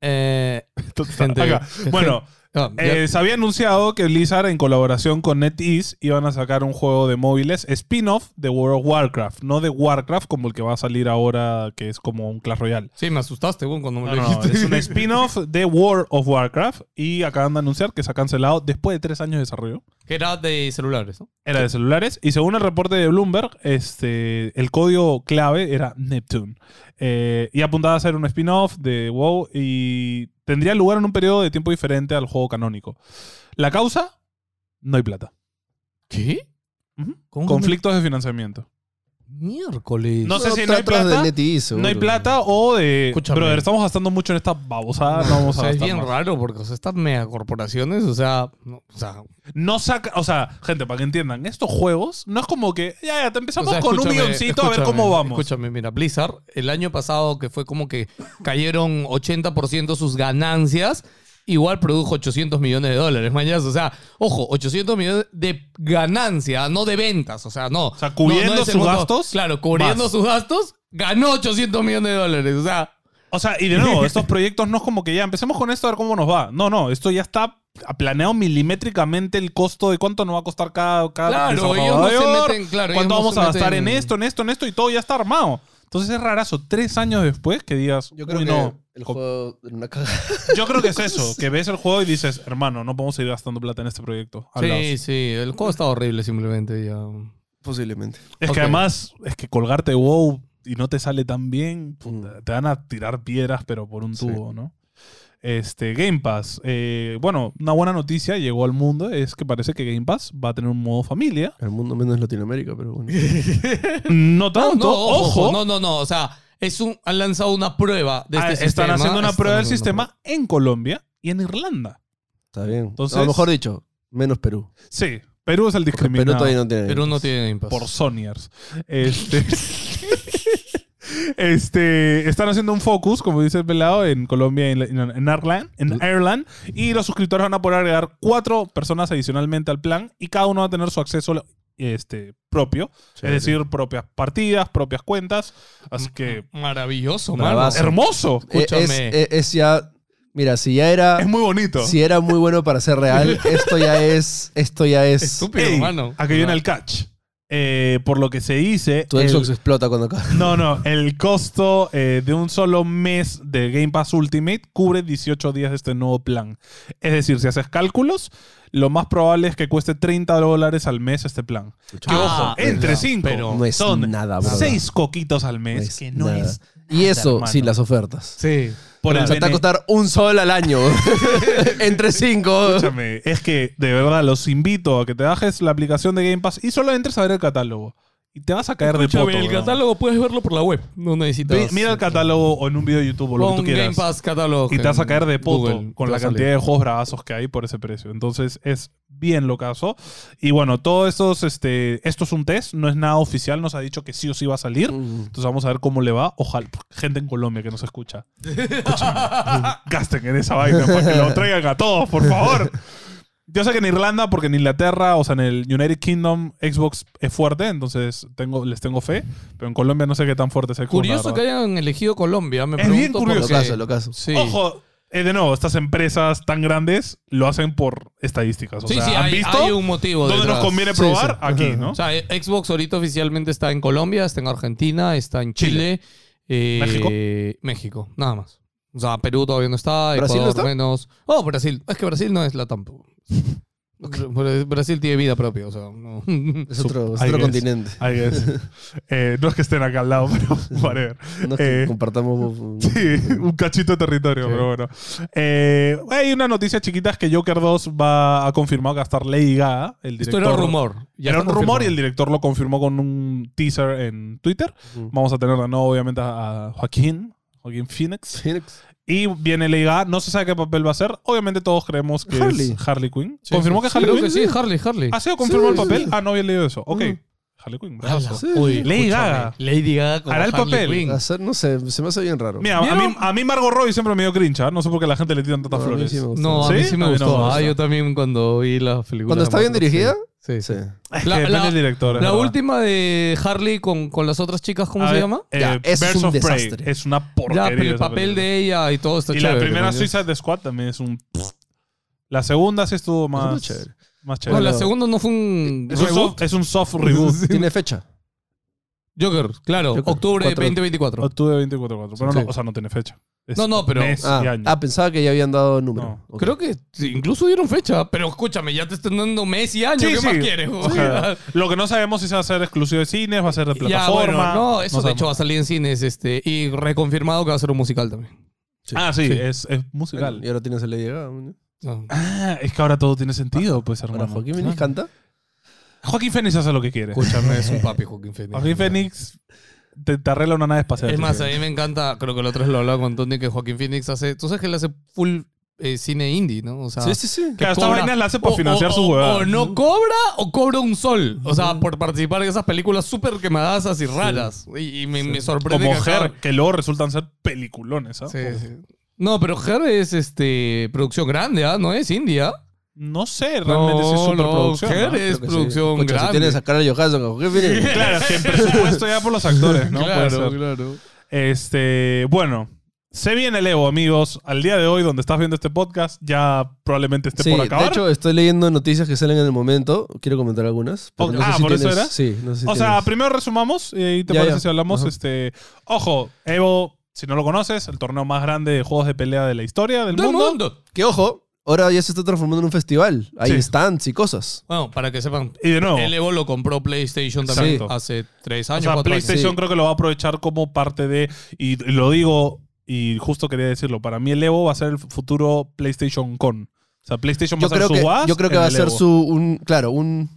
eh, Entonces, gente, acá. gente. Bueno, ah, ya. eh, se había anunciado que Blizzard, en colaboración con NetEase, iban a sacar un juego de móviles spin-off de World of Warcraft, no de Warcraft como el que va a salir ahora, que es como un Clash Royale. Sí, me asustaste, weón, cuando me No, lo no, no, dijiste. es un spin-off de World of Warcraft y acaban de anunciar que se ha cancelado después de tres años de desarrollo. que era de celulares, ¿no? Era de celulares y según el reporte de Bloomberg, este, el código clave era Neptune. Eh, y apuntaba a ser un spin-off de WoW y tendría lugar en un periodo de tiempo diferente al juego canónico. La causa, no hay plata. ¿Qué? Ujú. ¿Cómo Conflictos de financiamiento. Miércoles. No sé si no hay tratos plata, de NTI, No hay seguro. plata o de... Escúchame. Brother, estamos gastando mucho en esta babosada, no o vamos a sea, es gastar bien más. raro porque o sea, estas megacorporaciones, o sea, no, o sea, No saca, o sea, gente, para que entiendan, estos juegos no es como que ya, ya te empezamos o sea, con un escúchame, milloncito a ver escúchame, cómo vamos. Escúchame, mira, Blizzard, el año pasado que fue como que cayeron 80% sus ganancias, igual produjo 800 millones de dólares, mañana. O sea, ojo, 800 millones de ganancia, no de ventas. O sea, no. O sea, cubriendo No, no es el sus mundo- gastos, Claro, cubriendo más. sus gastos, ganó 800 millones de dólares. O sea, O sea, y de nuevo, estos proyectos no es como que ya empecemos con esto a ver cómo nos va. No, no, esto ya está planeado milimétricamente el costo de cuánto nos va a costar cada, cada Claro, ellos no desarrollador, se meten, claro. ellos cuánto no vamos se a gastar en meten- esto, en esto, en esto, y todo ya está armado. Entonces es rarazo, tres años después que digas, Yo creo "Uy, que no, el co- juego era una caja. yo creo que es eso, que ves el juego y dices, hermano, no podemos seguir gastando plata en este proyecto. Hablaos. Sí, sí, el juego está horrible simplemente ya. Posiblemente. Es Ok. que además, es que colgarte WoW y no te sale tan Mm. bien, puta, te van a tirar piedras, pero por un Sí. tubo, ¿no? Este, Game Pass. eh, bueno, una buena noticia llegó al mundo es que parece que Game Pass va a tener un modo familia. El mundo menos Latinoamérica, pero bueno. No tanto, No, no, ojo. No, no, no, o sea, es un, han lanzado una prueba de Ah, este sistema. están haciendo una Están prueba del haciendo una sistema en Colombia y en Irlanda. Está bien. Entonces- a lo mejor dicho, menos Perú. Sí, Perú es Porque Perú el discriminado. todavía no tiene. prueba. Pero no tiene impasse. por Sonyers. Este, este, están haciendo un focus, como dice el pelado, en Colombia y en, en, en Ireland, en Ireland. Y los suscriptores van a poder agregar cuatro personas adicionalmente al plan y cada uno va a tener su acceso este, propio. Chévere. Es decir, propias partidas, propias cuentas. Así que, Maravilloso, mano. Bravazo. hermoso. Eh, es- escúchame. eh, es ya. Mira, si ya era. Es muy bonito. Si era muy bueno para ser real, esto ya es. Esto ya es. Estúpido, Este, Ey, mano. Aquí viene el catch. Eh, por lo que se dice. Tu el- Xbox explota cuando acá. No, no, el costo eh, de un solo mes de Game Pass Ultimate cubre 18 días de este nuevo plan. Es decir, si haces cálculos, lo más probable es que cueste 30 dólares al mes este plan. Que Ah, ojo, entre pero- 5 pero No es son nada, bro. 6 coquitos al mes, es que no nada. es Y eso hermano. sin las ofertas. Sí. por O el sea, te va a bene- costar un sol al año. Entre cinco. Escúchame, es que de verdad los invito a que te bajes la aplicación de Game Pass y solo entres a ver el catálogo. Y te vas a caer de poto. Escúchame, el weón. catálogo puedes verlo por la web. No necesitas. Ve- Mira el catálogo o en un video de YouTube o lo que tú Pon quieras. Game Pass catálogo. Y te vas a en caer de poto Google, con la te va a salir. cantidad de juegos bravazos que hay por ese precio. Entonces es bien lo caso. Y bueno, todos estos, este, esto es un test, no es nada oficial, nos ha dicho que sí o sí va a salir. Mm. Mm, Entonces vamos a ver cómo le va. Ojalá, gente en Colombia que nos escucha. Escúchame, gasten en esa vaina para que lo traigan a todos, por favor. Yo sé que en Irlanda, porque en Inglaterra, o sea, en el United Kingdom, Xbox es fuerte, entonces tengo, les tengo fe. Pero en Colombia no sé qué tan fuerte es el Curioso la que verdad. hayan elegido Colombia, me Es bien pregunto curioso. Lo por qué. caso, lo caso. Sí. Ojo, eh, de nuevo, estas empresas tan grandes lo hacen por estadísticas. O sí, sea, sí, ¿han hay, visto hay un motivo dónde nos detrás. conviene Sí, probar? sí. Aquí, Ajá. ¿no? O sea, eh, Xbox ahorita oficialmente está en Colombia, está en Argentina, está en Chile, eh, México, nada más. O sea, Perú todavía no está, ¿Brasil no Ecuador está? menos. Oh, Brasil. Es que Brasil no es la tampoco. Bra- Brasil tiene vida propia, o sea, no. Es otro, es I otro guess. continente. I guess. Eh, no es que estén acá al lado, pero whatever. No es que Eh, compartamos. un- Sí, un cachito de territorio, Sí. pero bueno. Eh, hay una noticia chiquita es que Joker 2 va, ha confirmado que va a estar Lady Gaga, el Esto director. era rumor. Ya Era un está rumor y el confirmado. director lo confirmó con un teaser en Twitter. Ujú. Vamos a tener de nuevo, obviamente, a a Joaquín. Joaquín Phoenix. Phoenix. Y viene Lady Gaga. No se sabe qué papel va a ser. Obviamente todos creemos que Harley. es Harley Quinn. Sí, ¿Confirmó sí, que Harley creo Quinn? que sí, Harley, Harley. ¿Ha sido confirmado el sí, papel? sí. Ah, no había leído eso. Ok. Mm. Harley Quinn. Bravazo. Sí. Ah, Uy, Lady escúchame, Gaga. Lady Gaga como Hará el Harley papel. Quinn. Hacer- no sé, se me hace bien raro. Mira, a ¿Vieron? mí, a mí Margot Robbie siempre me dio cringe. ¿ah? No sé por qué la gente le tiran No, tantas a mí flores. sí me gusta. No, a mí ¿Sí? sí me A mí no gustó. me gusta. Ah, yo también cuando vi las películas. Cuando de está bien Marvel, dirigida, Sí, sí. sí. Es La- que depende la- del director. es La verdad. última de Harley con, con las otras chicas, ¿cómo A se ver, llama? eh, Ya, eso es Birds un of Prey. desastre. Es una porquería. Ya, pero el esa papel película. de ella y todo está Y chévere. la primera man, ya. Suicide Squad también es un. La segunda sí estuvo Eso más. es chévere. Más No, chévere. la Bueno, segunda no fue un es, un soft, es un soft reboot. Tiene fecha. Joker, claro, Joker, octubre de cuatro- 2024. Octubre 24 Pero Sí. no, o sea, no tiene fecha. Es No, no, pero- mes y Ah, año. ah, pensaba que ya habían dado número. No. Ok. Creo que sí, incluso dieron fecha, pero escúchame, ya te están dando mes y año, Sí, ¿qué sí. más quieres? O sea, Lo que no sabemos es si va a ser exclusivo de cines, va a ser de Ya, plataforma. bueno, no, eso de sabemos. hecho va a salir en cines este, y reconfirmado que va a ser un musical también. Ah, sí, Sí. Es, es Bueno, musical. Y ahora tienes el Lady Gaga. ¿no? No. Ah, es que ahora todo tiene Ah, sentido, pues, Ahora hermano. Joaquín Phoenix canta. Joaquín Phoenix hace lo que quiere. Escúchame, es un papi Joaquín Phoenix. Joaquín Phoenix te, te arregla una nave espacial. Es más, Sí. eh, a mí me encanta, creo que el otro vez lo hablaba con Tony, que Joaquín Phoenix hace, tú sabes que él hace full eh, cine indie, ¿no? O sea, Sí, sí, sí. Claro, esta cobra- vaina la hace para o- financiar o- su o- huevada. O no cobra o cobra un sol. O sea, por participar en esas películas súper quemadasas y raras. Y, y me, me sorprende. Como que acá- Her, que luego resultan ser peliculones, ¿ah? Sí, sí. No, pero Her es este, producción grande, ¿ah? No es India. No sé, realmente si es superproducción. Her ¿no? es Creo que sí. producción Escucha, Si grande. tienes a Carla Johansson, a Joaquín Phoenix. Claro, que en presupuesto ya por los actores, ¿no? Puede claro, ser. claro. Este, bueno, se viene el Evo, amigos. Al día de hoy, donde estás viendo este podcast, ya probablemente esté Sí, por de acabar. hecho, estoy leyendo noticias que salen en el momento. Quiero comentar algunas. pero Ok. no sé Ah, si ¿por eso tienes- era? Sí, no sé si o sea, tienes. primero resumamos eh, y te Ya, parece ya. si hablamos. Ajá. Este, ojo, Evo, si no lo conoces, el torneo más grande de juegos de pelea de la historia del, Del mundo. mundo. Que ojo, ahora ya se está transformando en un festival. Hay Sí. stands y cosas. Bueno, para que sepan, Y de nuevo, el Evo lo compró PlayStation también Exacto. hace tres o años. sea, cuatro años. PlayStation Sí. creo que lo va a aprovechar como parte de y lo digo y justo quería decirlo. Para mí el Evo va a ser el futuro PlayStation Con. O sea, PlayStation Yo va a ser creo, su que, OAS yo creo que en va a el ser Evo. su. Un, claro, un.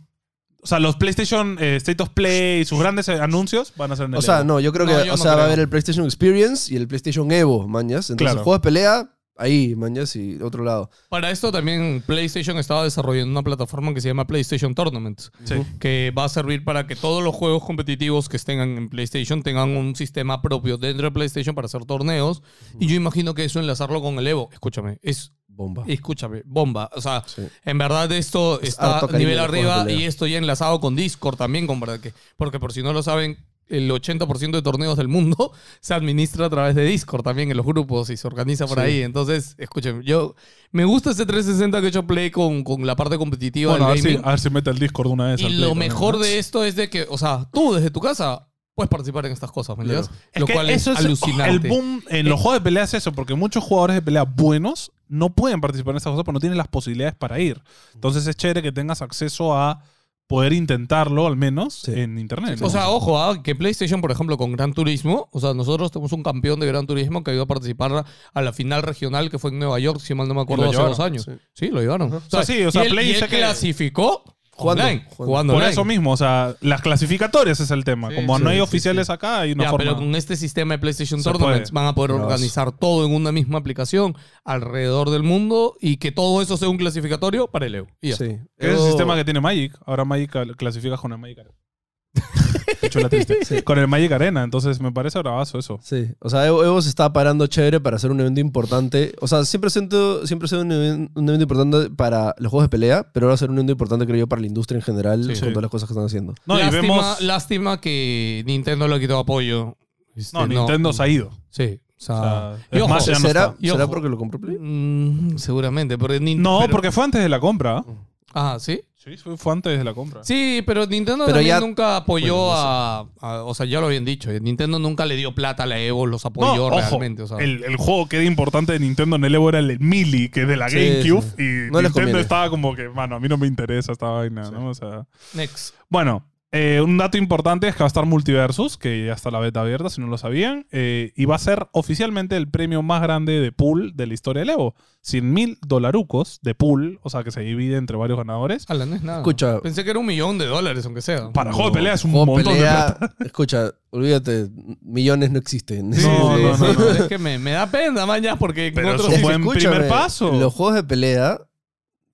O sea, los PlayStation eh, State of Play y sus grandes eh, anuncios van a ser en el O sea, Evo. no, yo creo No, que yo o no sea, va a creo. haber el PlayStation Experience y el PlayStation Evo, mañas. Entonces, Claro. juegos de pelea, ahí, mañas, y otro lado. Para esto también PlayStation estaba desarrollando una plataforma que se llama PlayStation Tournaments, Sí. que va a servir para que todos los juegos competitivos que estén en PlayStation tengan un sistema propio dentro de PlayStation para hacer torneos. Y yo imagino que eso enlazarlo con el Evo, escúchame, es, Bomba. escúchame, bomba. O sea, Sí. en verdad esto está harto a cariño nivel a los juegos de arriba pelea. y esto ya enlazado con Discord también, con verdad que, porque por si no lo saben, el 80% de torneos del mundo se administra a través de Discord también en los grupos y se organiza por Sí. ahí. Entonces, escuchen, yo me gusta ese 360 que he hecho play con, con la parte competitiva Bueno, a ver, del si, gaming. a ver si mete el Discord una vez. y al Play lo también, mejor ¿no? de esto es de que, o sea, tú desde tu casa puedes participar en estas cosas, ¿me Claro. entiendes? Lo que cual es, eso alucinante. Eh. El boom en los juegos de pelea es eso, porque muchos jugadores de pelea buenos no pueden participar en estas cosas porque no tienen las posibilidades para ir. Entonces es chévere que tengas acceso a poder intentarlo, al menos, Sí. en internet. O sea, ojo, ah, que PlayStation, por ejemplo, con Gran Turismo, o sea, nosotros tenemos un campeón de Gran Turismo que iba a participar a la final regional que fue en Nueva York, si mal no me acuerdo, lo hace llevaron, dos años. sí. Sí, lo llevaron. O sea, sí, o sea, y él, Play y él sé que- clasificó Jugando, online, jugando. jugando por online. eso mismo, o sea, las clasificatorias es el tema. Sí, Como sí, no hay sí, oficiales acá, hay una Ya, forma. pero con este sistema de PlayStation Se Tournaments puede. van a poder Bravazo. organizar todo en una misma aplicación alrededor del mundo y que todo eso sea un clasificatorio para el EU. Y ya. Sí. Que es el Evo- sistema que tiene Magic. Ahora Magic clasificas con el Magic. Arena. Chula triste. Con el Magic Arena, entonces me parece bravazo eso. Sí, o sea, Evo, Evo se está parando chévere para hacer un evento importante. O sea, siempre siento, siempre ha sido un, even- un evento importante para los juegos de pelea, pero ahora va a ser un evento importante, creo yo, para la industria en general, Sí. con todas las cosas que están haciendo. No, y lástima, vemos. lástima que Nintendo le quitó apoyo. Este, No, Nintendo se ha ido. Sí, o sea. O sea, y es ojo, más, ya no ¿Será, está. Y ¿será ojo. porque lo compró Play? mm, seguramente, porque Nin- No, pero- porque fue antes de la compra. Ah, sí. Sí, fue fue antes de la compra. Sí, pero Nintendo Pero también ya- nunca apoyó Bueno, a, a- O sea, ya lo habían dicho. eh, Nintendo nunca le dio plata a la Evo, los apoyó No, ojo, realmente. o sea. el, el juego que era importante de Nintendo en el Evo era el Mili, que es de la Sí, GameCube. sí. Y No les Nintendo conviene. estaba como que, mano, a mí no me interesa esta vaina, ¿no? O sea. Next. Bueno, eh, un dato importante es que va a estar Multiversus, que ya está la beta abierta, si no lo sabían, eh, y va a ser oficialmente el premio más grande de pool de la historia del Evo. 100 mil dolarucos de pool, o sea, que se divide entre varios ganadores. Ala, no es nada. Escucha. Pensé que era un millón de dólares, aunque sea. Para juego de pelea es un Juego de montón de plata. pelea, escucha, olvídate, millones no existen. Sí, No, no, no, no. Es que me, me da pena, mañas, porque en Pero es otros- un Es que buen escúchame, primer paso. Los juegos de pelea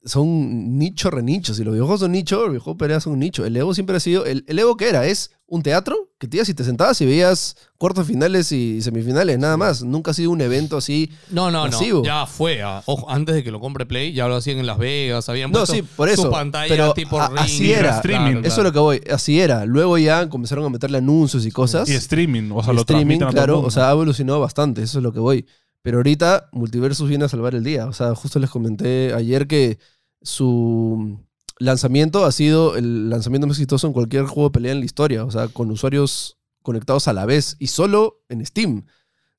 son nicho renicho. Si los videojuegos son nicho, los videojuegos de pelea son nicho. El Evo siempre ha sido. ¿El, el Evo qué era? Es un teatro que te ibas y te sentabas y veías cuartos finales y semifinales, nada más. Nunca ha sido un evento así. No, no, Masivo. no. Ya fue. ah, ojo, antes de que lo compre Play, ya lo hacían en Las Vegas. Habían No, puesto sí, por eso, su pantalla pero tipo a- ring. así era. Streaming. Claro, Eso es lo que voy. Así era. Luego ya comenzaron a meterle anuncios y cosas. Y streaming, o sea, lo streaming, transmiten a todo el claro. mundo. O sea, ha evolucionado bastante. Eso es lo que voy. Pero ahorita Multiversus viene a salvar el día. O sea, justo les comenté ayer que su lanzamiento ha sido el lanzamiento más exitoso en cualquier juego de pelea en la historia. O sea, con usuarios conectados a la vez y solo en Steam.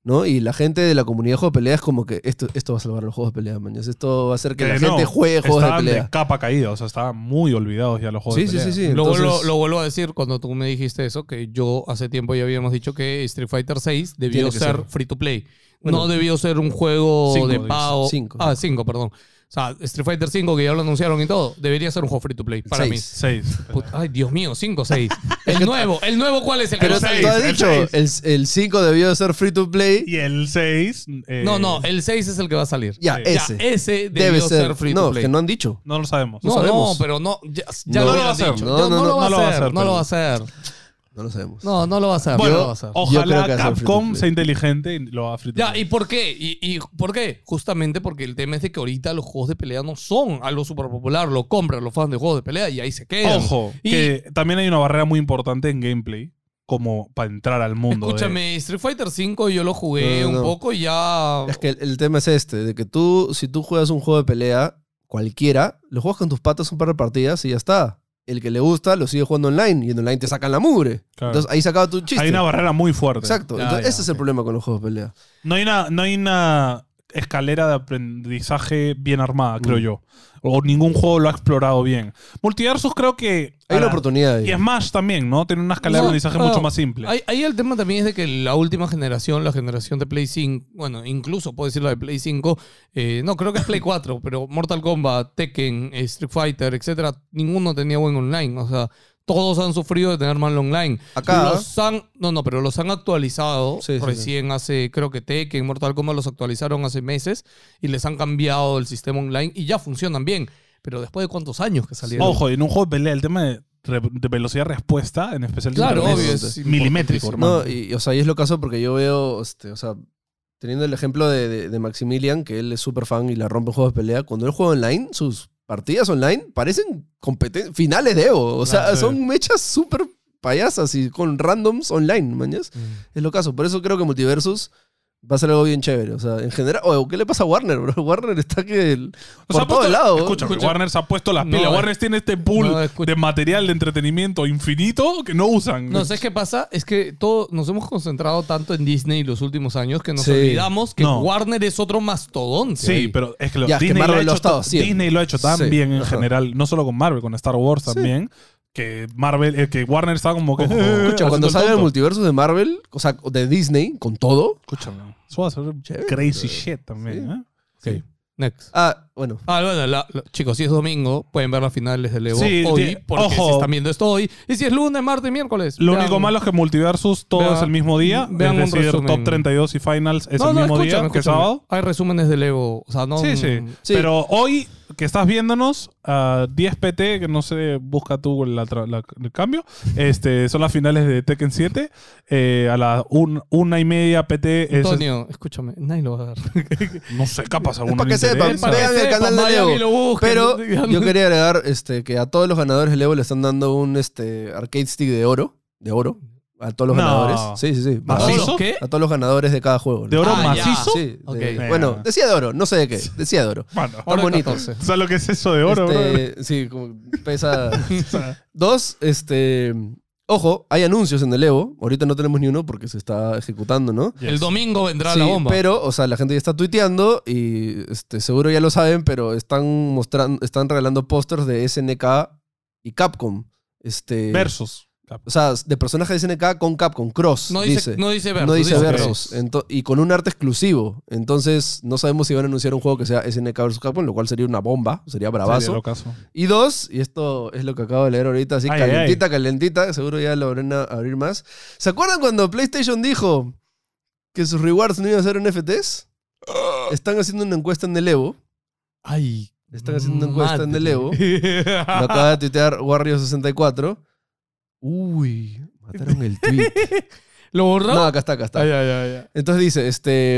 ¿No? Y la gente de la comunidad de juegos de pelea es como que esto, esto va a salvar los juegos de pelea, mañas. Esto va a hacer que, la Eh, no, gente juegue juegos de estaban pelea. capa caída, o sea, estaban muy olvidados ya los juegos Sí, de sí, pelea. sí, sí. Lo, vuelvo, Entonces- lo vuelvo a decir cuando tú me dijiste eso, que yo hace tiempo ya habíamos dicho que Street Fighter 6 Tiene debió que ser, ser. free to play. Bueno. no debió ser un juego Cinco, de dices. pago. Cinco. Ah, 5, perdón. O sea, Street Fighter 5, que ya lo anunciaron y todo, debería ser un juego free to play para Seis. Seis. mí. Put- Ay, Dios mío, 5, 6. El nuevo, el nuevo, ¿cuál es el que Pero no tú sale? seis, has el dicho, el 5 debió de ser free to play. Y el 6. eh, No, no, el 6 es el que va a salir. Ya, Sí. ese. Ya, ese debió debe ser, free no, to play. que no han dicho. No lo sabemos. No No, no, sabemos. pero no. Ya, ya No. lo No lo va a hubieran hacer. dicho. No, No, no, no no, lo no lo va a hacer. No lo va a hacer. No lo sabemos. No, no lo va a hacer. no lo va Bueno, a hacer. Pues. Yo creo que ojalá va a ser free to Capcom play. sea inteligente y lo haga free to Ya, play. ¿y por qué? ¿Y, y por qué? Justamente porque el tema es de que ahorita los juegos de pelea no son algo súper popular. Lo compran los fans de juegos de pelea y ahí se quedan. Ojo, Y- que también hay una barrera muy importante en gameplay, como para entrar al mundo. de- Escúchame, Street Fighter V yo lo jugué No, no, un no. poco y ya... Es que el, el tema es este, de que tú, si tú juegas un juego de pelea, cualquiera, lo juegas con tus patas un par de partidas y ya está. El que le gusta lo sigue jugando online y en online te sacan la mugre. Claro. Entonces ahí se acaba tu chiste. Hay una barrera muy fuerte. Exacto. Ya, Entonces, ya, ese es el ok. problema con los juegos de pelea. No hay una, no hay una escalera de aprendizaje bien armada, creo Mm. yo. O ningún juego lo ha explorado bien. Multiversus creo que. Hay una a la- oportunidad ahí. Y Smash también, ¿no? Tiene una escalera de No, aprendizaje claro. mucho más simple. Ahí, ahí el tema también es de que la última generación, la generación de Play 5, bueno, incluso puedo decir la de Play 5, eh, no, creo que es Play 4, pero Mortal Kombat, Tekken, eh, Street Fighter, etcétera, ninguno tenía buen online. O sea, todos han sufrido de tener mal online. Acá- Los han, no, no, pero los han actualizado Sí, sí, sí. recién hace, creo que Tekken, Mortal Kombat los actualizaron hace meses y les han cambiado el sistema online y ya funcionan bien. Pero después de cuántos años que salieron. Ojo, en un juego de pelea, el tema de, re- de velocidad de respuesta, en especial de Claro, internet, obvio. es es milimétrico, importantísimo. hermano. No, y, y, o sea, y es lo caso porque yo veo, este, o sea, teniendo el ejemplo de, de- de Maximilian, que él es súper fan y la rompe en juegos de pelea, cuando él juega online, sus partidas online parecen competen- finales de Evo. O sea, Claro, sí. son mechas súper payasas y con randoms online, mañas. Mm. Es lo caso. Por eso creo que Multiversus va a ser algo bien chévere. O sea, en general, oye, ¿qué le pasa a Warner, bro? Warner está que... el- O por sea, ha todos puesto- lados. Escúchame, Escucha. Warner se ha puesto las No, pilas. eh. Warner tiene este pool No, escucha. de material de entretenimiento infinito que no usan. No, ¿sabes qué pasa? Es que todo, nos hemos concentrado tanto en Disney los últimos años que nos Sí. olvidamos que No. Warner es otro mastodonte. Sí, pero es que lo- Ya, es que Disney, lo Marvel ha lo ha hecho, estado ta- haciendo. Disney lo ha hecho tan Sí, bien en ajá. general, no solo con Marvel, con Star Wars Sí. también, que Marvel, eh, que Warner está como que. Escucha, cuando salga el multiverso de Marvel, o sea, de Disney, con todo... Escúchame. Eso va a ser Chévere. crazy shit también, ¿eh? Ok, next. Ah, bueno. Ah, bueno, la- la- chicos, si es domingo, pueden ver las finales del Evo Sí, hoy, tie- porque ojo. si están viendo esto hoy. Y si es lunes, martes, miércoles. Lo vean- único malo es que Multiversus todo vean- es el mismo día. vean es un decir, resumen. Top 32 y Finals es No, el no, mismo escúchame, día que escúchame. sábado. Um, Hay resúmenes del Evo. O sea, no. mm, Sí, sí, Sí. Pero hoy que estás viéndonos, a 10 PT, que no sé, busca tú la tra- la- el cambio, este, son las finales de Tekken 7. eh, a las un- una y media PT es... Antonio, escúchame, nadie lo va a ver. No sé, capaz alguno para le que sepan, interesa. vean el canal de Leo. Pero yo quería agregar este, que a todos los ganadores de Evo le están dando un este, arcade stick de oro. De oro. A todos los No. ganadores. Sí, sí, sí. ¿Macizo? A todos- ¿Qué? A todos los ganadores de cada juego. ¿no? ¿De oro Ah, ya. macizo? Sí. de- Ok. Bueno, decía de oro, no sé de qué. Decía de oro. Bueno, Tan bonito. o sea, lo que es eso de oro, bro? Este, Sí, como pesa. O sea, Dos, este. Ojo, hay anuncios en el Evo. Ahorita no tenemos ni uno porque se está ejecutando, ¿no? El domingo vendrá Sí, la bomba. Pero, o sea, la gente ya está tuiteando y este, seguro ya lo saben, pero están mostrando, están regalando pósters de SNK y Capcom. Este, Versus. O sea, de personajes de SNK con Capcom, Cross. no, dice, dice, no dice versus. No dice dice versus. Ento- y con un arte exclusivo. Entonces, no sabemos si van a anunciar un juego que sea SNK versus Capcom, lo cual sería una bomba, sería bravazo. Sería lo caso. Y dos, y esto es lo que acabo de leer ahorita, así Ay, calentita, calentita, seguro ya lo van a abrir más. ¿Se acuerdan cuando PlayStation dijo que sus rewards no iban a ser NFTs? Están haciendo una encuesta en el Evo. Ay. Están haciendo una encuesta en el madre. Evo. Lo acaba de tuitear Warrior64. Uy, mataron el tweet. ¿Lo borró? No, acá está, acá Ah, está. Ay, ay, ay, ay. Entonces dice, este,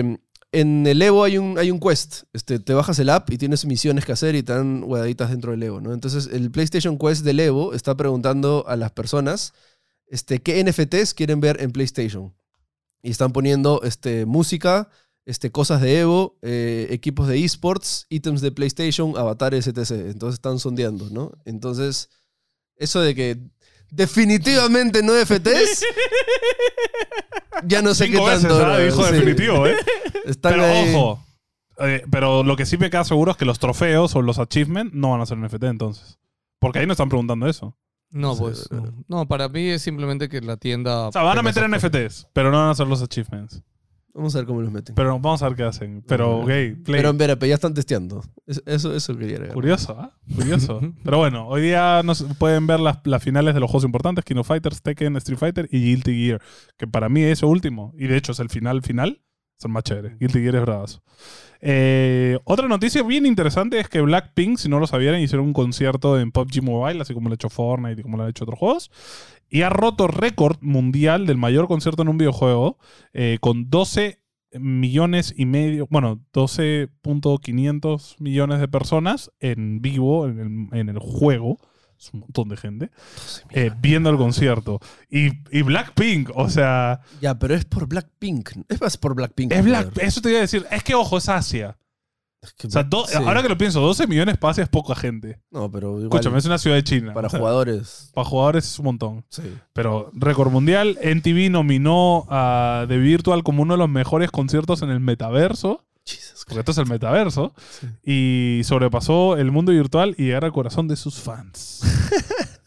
en el Evo hay un, hay un quest. Este, te bajas el app y tienes misiones que hacer y te dan huevaditas dentro del Evo, ¿no? Entonces el PlayStation Quest del Evo está preguntando a las personas este, qué NFTs quieren ver en PlayStation. Y están poniendo este, música, este, cosas de Evo, eh, equipos de esports, ítems de PlayStation, avatares, etc. Entonces están sondeando, ¿no? Entonces, eso de que definitivamente no NFTs, ya no sé Cinco qué veces, tanto. ah, bro. dijo Sí. definitivo, ¿eh? Están Pero ahí. ojo. eh, pero lo que sí me queda seguro es que los trofeos o los achievements no van a ser NFT entonces. Porque ahí no están preguntando eso. No, Sí, pues. pero- No. No, para mí es simplemente que la tienda. O sea, van a meter en NFTs, pero no van a hacer los achievements. Vamos a ver cómo los meten. Pero, Pero vamos a ver qué hacen. Pero, ok, play. en Verape ya están testeando. Es- Eso, eso quería agregar. Curioso, ¿ah? Curioso. Pero bueno, hoy día nos pueden ver las, las finales de los juegos importantes: Kino Fighters, Tekken, Street Fighter y Guilty Gear. Que para mí es eso último. Y de hecho es el final final. Son más chéveres. Guilty Gear es bravazo. Eh, otra noticia bien interesante es que Blackpink, si no lo sabían, hicieron un concierto en PUBG Mobile, así como lo ha hecho Fortnite y como lo han hecho otros juegos. Y ha roto récord mundial del mayor concierto en un videojuego eh, con 12 millones y medio, bueno, 12.500 millones de personas en vivo en el, en el juego. Es un montón de gente eh, viendo el concierto. Y, y Blackpink, o sea, Ya, pero es por Blackpink. Es más por Blackpink. es Black, brother. eso te iba a decir. Es que, ojo, es Asia. Es que O sea, Black- do- sí. ahora que lo pienso, 12 millones para Asia es poca gente. No, pero igual Escúchame, es una ciudad de China. para O sea, jugadores. Para jugadores es un montón. Sí. Pero récord mundial, NTV nominó a The Virtual como uno de los mejores conciertos en el metaverso. Jesus Porque esto es el metaverso. Sí. Y sobrepasó el mundo virtual y llegar al corazón de sus fans.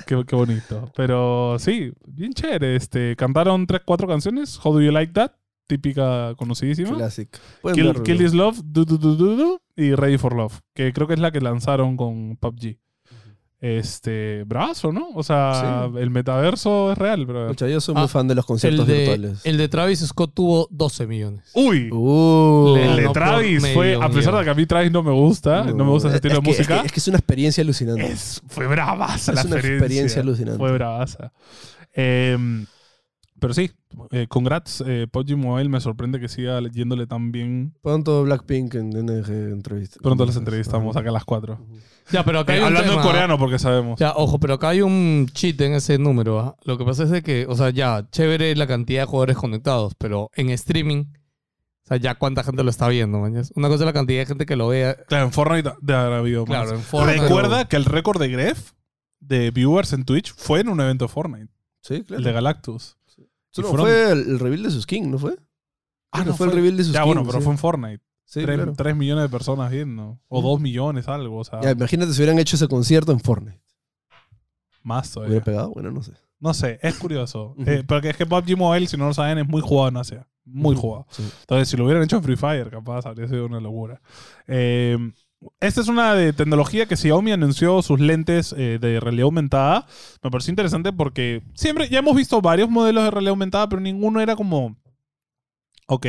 qué, qué bonito. Pero sí, bien chévere. Este, cantaron tres, cuatro canciones. How Do You Like That? Típica conocidísima. Classic. Pueden Kill, verlo. Kill This Love, Do Do Do Do Do y Ready for Love. Que creo que es la que lanzaron con PUBG. Este, brazo, ¿no? O sea, el metaverso es real, bro. Escucha, yo soy Ah, muy fan de los El conciertos de, virtuales. el de Travis Scott tuvo 12 millones. Uy, Uh, el de no, por Travis medio fue, a pesar millón. de que a mí Travis no me gusta, no, me gusta Uh. Es ese estilo de que- es música. que- Es que es una experiencia alucinante. Es- fue bravaza Es la una experiencia. experiencia alucinante. Fue bravaza. Em, pero sí, eh, congrats. Eh, PUBG Mobile me sorprende que siga yéndole tan bien. Pronto Blackpink en NG entrevista. Pronto las entrevistamos acá a las 4. Ya, pero acá hay un hablando tema. en coreano porque sabemos. Ya, ojo, pero acá hay un cheat en ese número. ¿ah? Lo que pasa es de que, o sea, ya, chévere la cantidad de jugadores conectados, pero en streaming, o sea, ya cuánta gente lo está viendo, mañas. Una cosa es la cantidad de gente que lo vea. Claro, en Fortnite de habrá habido más. Claro, en Fortnite. Recuerda que el récord de Gref de viewers en Twitch fue en un evento de Fortnite, Sí, el de claro. Galactus. Solo y fueron- fue el, el reveal de sus King, ¿no fue? Ah, no, fue el reveal de sus Ya, King, bueno, pero sí. fue en Fortnite. Sí, 3, claro. millones de personas viendo. O 2 millones, algo. O sea, Ya, imagínate si hubieran hecho ese concierto en Fortnite. más todavía. ¿Hubiera pegado? Bueno, no sé. No sé, es curioso. Ujú. Eh, porque es que PUBG Mobile, si no lo saben, es muy jugado en Asia. Muy Ujú. jugado. Sí. Entonces, si lo hubieran hecho en Free Fire, capaz habría sido una locura. Eh, esta es una de tecnología que Xiaomi anunció sus lentes eh, de realidad aumentada. Me pareció interesante porque siempre ya hemos visto varios modelos de realidad aumentada, pero ninguno era como Ok,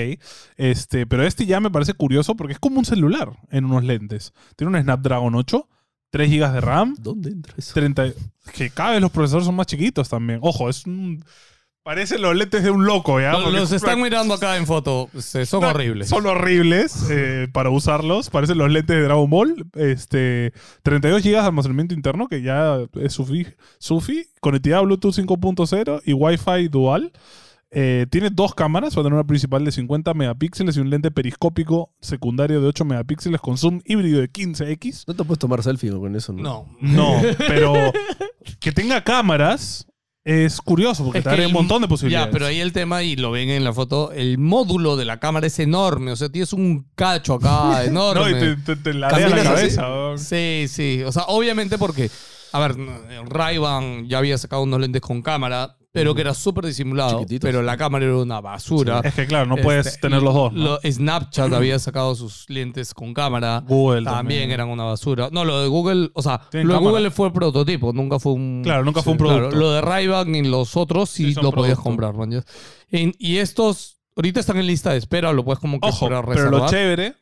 este, pero este ya me parece curioso porque es como un celular en unos lentes. Tiene un Snapdragon 8, 3 GB de RAM, ¿Dónde entra eso? 30... Que cada vez los procesadores son más chiquitos también. Ojo, es un... Parecen los lentes de un loco, ¿ya? Los, Porque los están mirando acá en foto. Se- Son No, horribles. Son horribles eh, para usarlos. Parecen los lentes de Dragon Ball. Este, 32 GB de almacenamiento interno, que ya es sufi. sufi. Conectividad Bluetooth 5.0 y Wi-Fi dual. Eh, tiene dos cámaras, va a tener una principal de 50 megapíxeles y un lente periscópico secundario de 8 megapíxeles con zoom híbrido de 15x. No te puedes tomar selfie con eso, ¿no? No. No, pero que tenga cámaras es curioso porque Es te que abre un el- montón de posibilidades. Ya, pero ahí el tema, y lo ven en la foto, el módulo de la cámara es enorme. O sea, tienes un cacho acá no, enorme. y te, te, te ladea la ¿Caminas así? cabeza. weón. Sí, sí. O sea, obviamente porque, a ver, no, Ray-Ban ya había sacado unos lentes con cámara, pero que era súper disimulado. Chiquititos. Pero la cámara era una basura. Es que claro, no puedes Este, tener los dos. ¿no? lo- Snapchat había sacado sus lentes con cámara. Google también, también. eran una basura. No, lo de Google, o sea, Tienen lo de cámara. Google fue prototipo, nunca fue un. Claro, nunca fue un Claro, producto. lo de Ray-Ban y los otros sí, Sí, lo son podías producto. comprar, man. ya. En- Y estos ahorita están en lista de espera, lo puedes como que Ojo, esperar, pero lo reservar. chévere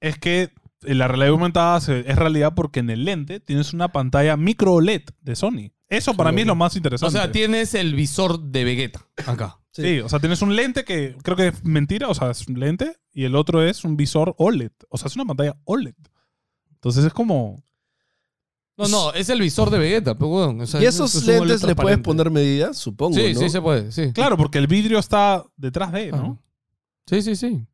es que la realidad aumentada se- es realidad porque en el lente tienes una pantalla micro OLED de Sony. Eso para Claro. mí es lo más o interesante. sea, tienes el visor de Vegeta acá. sí. o sea, tienes un lente que creo que es mentira, o sea, es un lente y el otro es un visor OLED. O sea, es una pantalla OLED. Entonces es como... No, no, es el visor de Vegeta, pues, weón. O sea, ¿Y es- esos es un lentes le OLED puedes transparente. poner medidas? Supongo, Sí, ¿no? sí se puede, sí. Claro, porque el vidrio está detrás de, ¿no? Ah. Sí, sí, sí.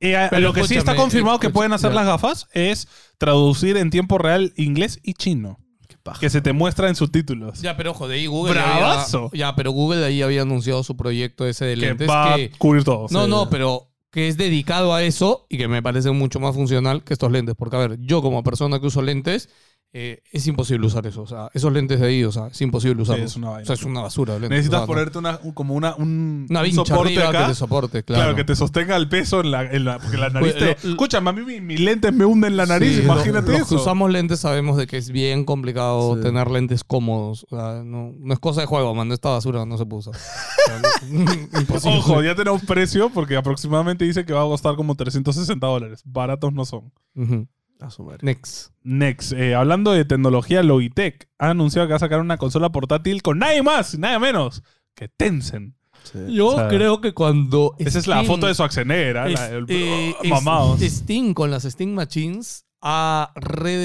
Y a- Pero lo que sí está escúchame, confirmado que escucha- pueden hacer ya. las gafas es traducir en tiempo real inglés y chino. Que se te muestra en subtítulos. Ya, pero ojo, de ahí Google. ¡Bravazo! había- ya, pero Google ahí había anunciado su proyecto ese de que lentes. va que- a cubrir todo. no, Sí. no, pero que es dedicado a eso y que me parece mucho más funcional que estos lentes. Porque, a ver, yo como persona que uso lentes, eh, es imposible usar eso. O sea, esos lentes de ahí, o sea, es imposible usarlos. es una vaina. O sea, es una basura. de lentes. Necesitas O sea, no. ponerte una, un- como una, un, una un vincha soporte arriba acá. que te soporte, claro. claro. que te sostenga el peso en la, en la, porque la nariz. Pues, te- lo- escúchame, a mí mi- mis lentes me hunden la nariz. Sí, imagínate los- los que eso. usamos lentes sabemos de que es bien complicado Sí. tener lentes cómodos. O sea, no, no es cosa de juego, man. Esta basura no se puso. O sea, no- imposible. Ojo, ya tenemos precio porque aproximadamente dice que va a costar como 360 dólares. Baratos no son. Ujú. A su madre. Next. Next, eh, hablando de tecnología, Logitech ha anunciado que va a sacar una consola portátil con nadie más, nadie menos que Tencent. Sí. Yo O sea, creo que cuando. Esa es la Steam- foto de Schwarzenegger, ¿ah? la, es- el- eh, es- mamados. Steam con las Steam Machines ha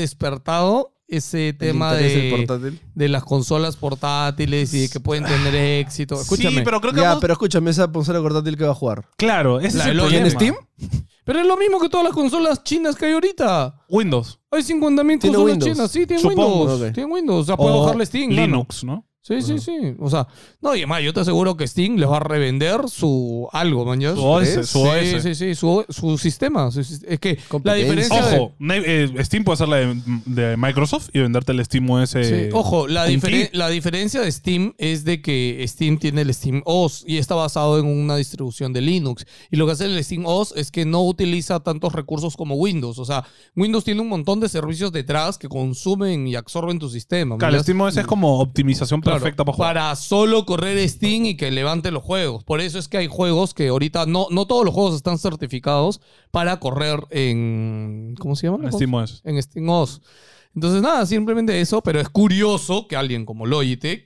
redespertado ese tema El interés del de, portátil. de las consolas portátiles y de que pueden tener éxito. Escúchame. Sí, pero creo que Ya, vamos- pero escúchame, esa consola portátil que va a jugar. Claro, ese La es el de Logitech. problema. ¿En Steam? Pero es lo mismo que todas las consolas chinas que hay ahorita. Windows. Hay 50.000 Tiene consolas Windows. chinas. Sí, tienen Supongo, Windows. ok. Tienen Windows. O sea, pueden O bajarle Steam. mano. Linux, ¿no? Sí, sí, sí. O sea, no, y además yo te aseguro que Steam les va a revender su algo, man. ¿ya? Su OS, ¿Crees? su OS. Sí, sí, sí, su, su sistema. su sis- es que la Competencia. diferencia. de- Ojo, ne- eh, Steam puede ser la de, de Microsoft y venderte el Steam OS. sí, ojo, la, eh, con diferen- kit. la diferencia de Steam es de que Steam tiene el Steam OS y está basado en una distribución de Linux. Y lo que hace el Steam OS es que no utiliza tantos recursos como Windows. O sea, Windows tiene un montón de servicios detrás que consumen y absorben tu sistema. man, Claro, el ¿ya? Steam OS es como optimización Claro, perfecta para jugar. solo correr Steam y que levante los juegos. Por eso es que hay juegos que ahorita no, no todos los juegos están certificados para correr en. ¿Cómo se llama? la En cosa? Steam OS. En Steam OS. Entonces, nada, simplemente eso, pero es curioso que alguien como Logitech.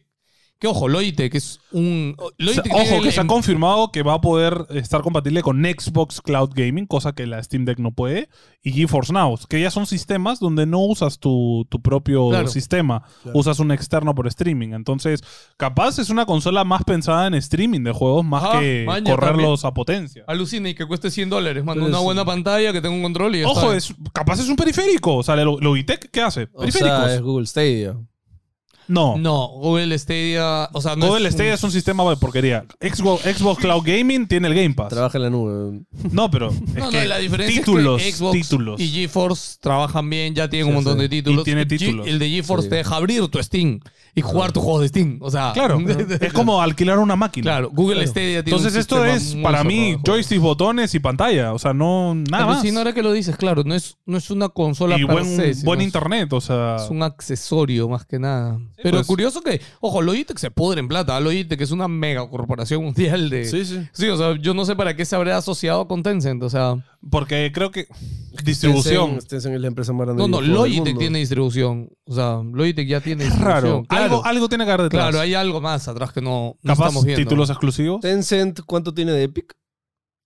Que ojo, Logitech es un. O Logitech sea, ojo, tiene que el- se ha confirmado que va a poder estar compatible con Xbox Cloud Gaming, cosa que la Steam Deck no puede, y GeForce Now, que ya son sistemas donde no usas tu, tu propio Claro. sistema, usas un externo por streaming. Entonces, capaz es una consola más pensada en streaming de juegos más Ajá, que maña, correrlos a potencia. Alucina y que cueste 100 dólares. Manda Pero una es- buena pantalla, que tenga un control y ya Ojo, está. es, capaz es un periférico. O sea, lo- Logitech, ¿qué hace? O Periféricos. sea, es Google Stadia. No. No, Google Stadia. O sea, no Google es un- Stadia es un sistema de porquería. Xbox, Xbox Cloud Gaming tiene el Game Pass. Trabaja en la nube. No, pero es No, que no, la diferencia títulos, es que Xbox títulos. y GeForce trabajan bien, ya tienen Sí, un montón sí. de títulos. Y tiene G- títulos. el de GeForce Sí. te deja abrir tu Steam y jugar tus juegos de Steam. O sea, Claro, es como alquilar una máquina. Ah. Claro, Google Claro. Stadia tiene Entonces un esto sistema es muy para cerrado de mí juegos. joystick, botones y pantalla, o sea, no nada más. Alucina, ahora que lo dices, claro, no es, no es una consola y per buen, se, sino buen es- internet, o sea, Es un accesorio más que nada. Sí, Pero pues. curioso que, ojo, Logitech se pudre en plata. ¿ah? Logitech es una mega corporación mundial de. Sí, sí. Sí, o sea, yo no sé para qué se habría asociado con Tencent. O sea, Porque creo que distribución. Tencent, Tencent es la empresa más grande no, no, de videojuegos del Logitech mundo. tiene distribución. O sea, Logitech ya tiene Es distribución. raro. Claro, Algo, algo tiene que haber detrás. claro, hay algo más atrás que no, no Capaz estamos viendo. títulos exclusivos. Tencent, ¿cuánto tiene de Epic?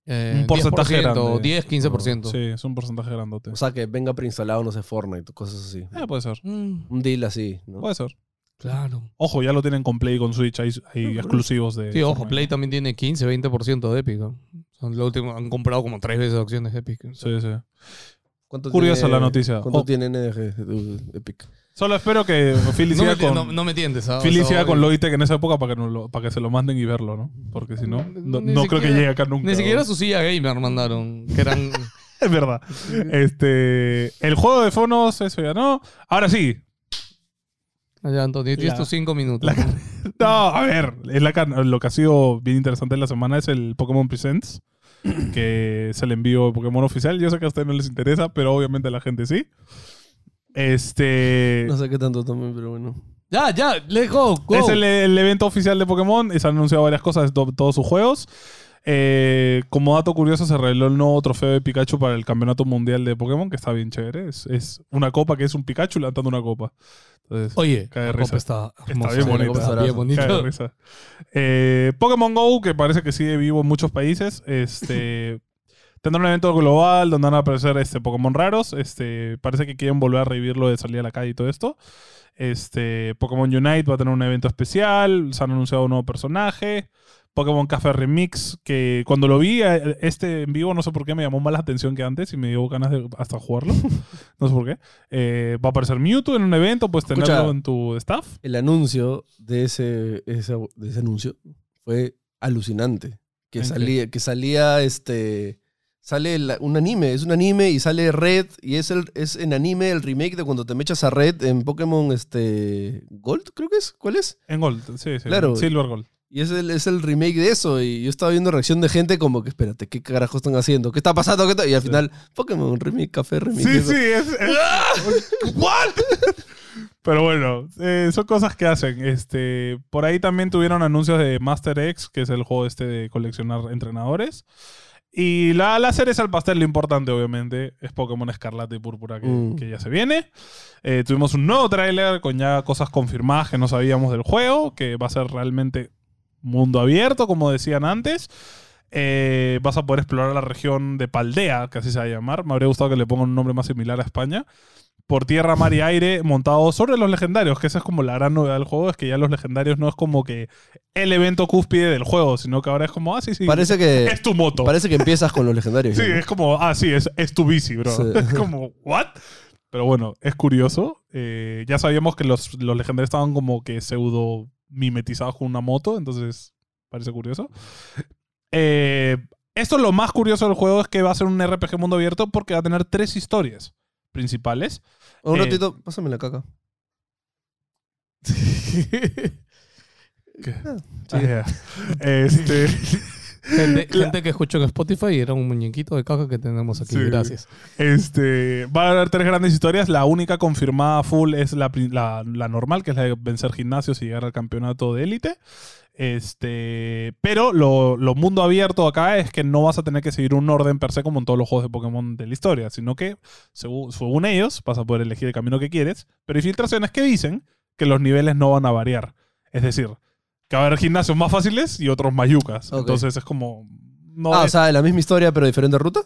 Eh, Un porcentaje 10%, grande. 10, 15%. Sí, es un porcentaje grandote. Pues O sea, que venga preinstalado, no sé, Fortnite, cosas así. Eh, puede ser. Mm, Un deal así, ¿no? Puede ser. claro. Ojo, ya lo tienen con Play y con Switch. Hay, hay exclusivos de. Sí, ojo, Fortnite. Play también tiene 15, 20% de Epic. ¿no? Son lo último, han comprado como tres veces acciones de Epic. Sí, sí. ¿Cuánto Curiosa la noticia. ¿Cuánto Oh. tiene NDG de Epic? Solo espero que Philly No siga me, con. no- no me tientes. ¿ah? O Philly sea, siga con oye, Logitech en esa época para que, nos lo- para que se lo manden y verlo, ¿no? Porque si no, no, Ni no creo que siquiera- llegue acá nunca. Ni siquiera ¿no? su silla gamer mandaron. Que eran. Es verdad. Este, el juego de fonos, eso ya no. Ahora sí. Allá, Antonio, tienes La- tus cinco minutos. la- No, a ver. Es la, can- lo que ha sido bien interesante en la semana es el Pokémon Presents, que es el envío de Pokémon oficial. Yo sé que a ustedes no les interesa, pero obviamente a la gente sí. Este. No sé qué tanto tomen, pero bueno. Ya, ya, let's go. go. Es el, el evento oficial de Pokémon. y Se han anunciado varias cosas de to- todos sus juegos. Eh, como dato curioso, se reveló el nuevo trofeo de Pikachu para el Campeonato Mundial de Pokémon, que está bien chévere. Es, es una copa que es un Pikachu lanzando una copa. Entonces, Oye, Cae de la risa. copa está está hermosa. bien sí, la bonito. copa Está bien bonito. Cae de risa. Eh, Pokémon Go, que parece que sigue vivo en muchos países, este, tendrá un evento global donde van a aparecer este, Pokémon raros. Este, parece que quieren volver a revivirlo de salir a la calle y todo esto. Este, Pokémon Unite va a tener un evento especial. Se han anunciado un nuevo personaje. Pokémon Café Remix, que cuando lo vi eh, este en vivo, no sé por qué me llamó más la atención que antes y me dio ganas de hasta jugarlo. no sé por qué. Eh, va a aparecer Mewtwo en un evento, pues tenerlo Escucha. en tu staff. El anuncio de ese, esa- de ese anuncio fue alucinante. Que ¿En qué? salía, que salía este. Sale la- un anime, es un anime y sale Red. Y es, el, es en anime el remake de cuando te mechas a Red en Pokémon este, Gold, creo que es. ¿Cuál es? En Gold, sí, sí. Claro. Silver Gold. Y es el, es el remake de eso. Y yo estaba viendo reacción de gente como que, espérate, ¿qué carajo están haciendo? ¿Qué está pasando? ¿Qué está-?" Y al final, Pokémon Remake, Café Remake. Sí, eso. sí, es. ¿What? Pero bueno, eh, son cosas que hacen. Este, por ahí también tuvieron anuncios de Master X, que es el juego este de coleccionar entrenadores. Y la, la cereza al pastel, lo importante, obviamente, es Pokémon Escarlata y Púrpura, que, Mm. que ya se viene. Eh, tuvimos un nuevo tráiler con ya cosas confirmadas que no sabíamos del juego, que va a ser realmente mundo abierto, como decían antes. Eh, vas a poder explorar la región de Paldea, que así se va a llamar. Me habría gustado que le pongan un nombre más similar a España. Por tierra, mar y aire, montado sobre los legendarios, que esa es como la gran novedad del juego, es que ya los legendarios no es como que el evento cúspide del juego, sino que ahora es como, ah, sí, sí, Parece que, es tu moto. parece que empiezas con los legendarios. Sí, ¿no? es como, ah, sí, es, es tu bici, bro. Sí. Es como, ¿what? Pero bueno, es curioso. Eh, ya sabíamos que los, los legendarios estaban como que pseudo mimetizados con una moto, entonces parece curioso. Eh, esto es lo más curioso del juego, es que va a ser un RPG mundo abierto porque va a tener tres historias principales. Un Eh. ratito, pásame la caca. Ah, sí. Este, gente, gente que escuchó en Spotify era un muñequito de caca que tenemos aquí. Sí. Gracias. Este, va a haber tres grandes historias. La única confirmada full es la, pri- la- la normal, que es la de vencer gimnasios y llegar al campeonato de élite. Este, pero lo, lo mundo abierto acá es que no vas a tener que seguir un orden per se como en todos los juegos de Pokémon de la historia, sino que según, según ellos vas a poder elegir el camino que quieres. Pero hay filtraciones que dicen que los niveles no van a variar. Es decir, que va a haber gimnasios más fáciles y otros más yucas. Ok. Entonces es como. No Ah, o es- sea, la misma historia, pero diferente ruta.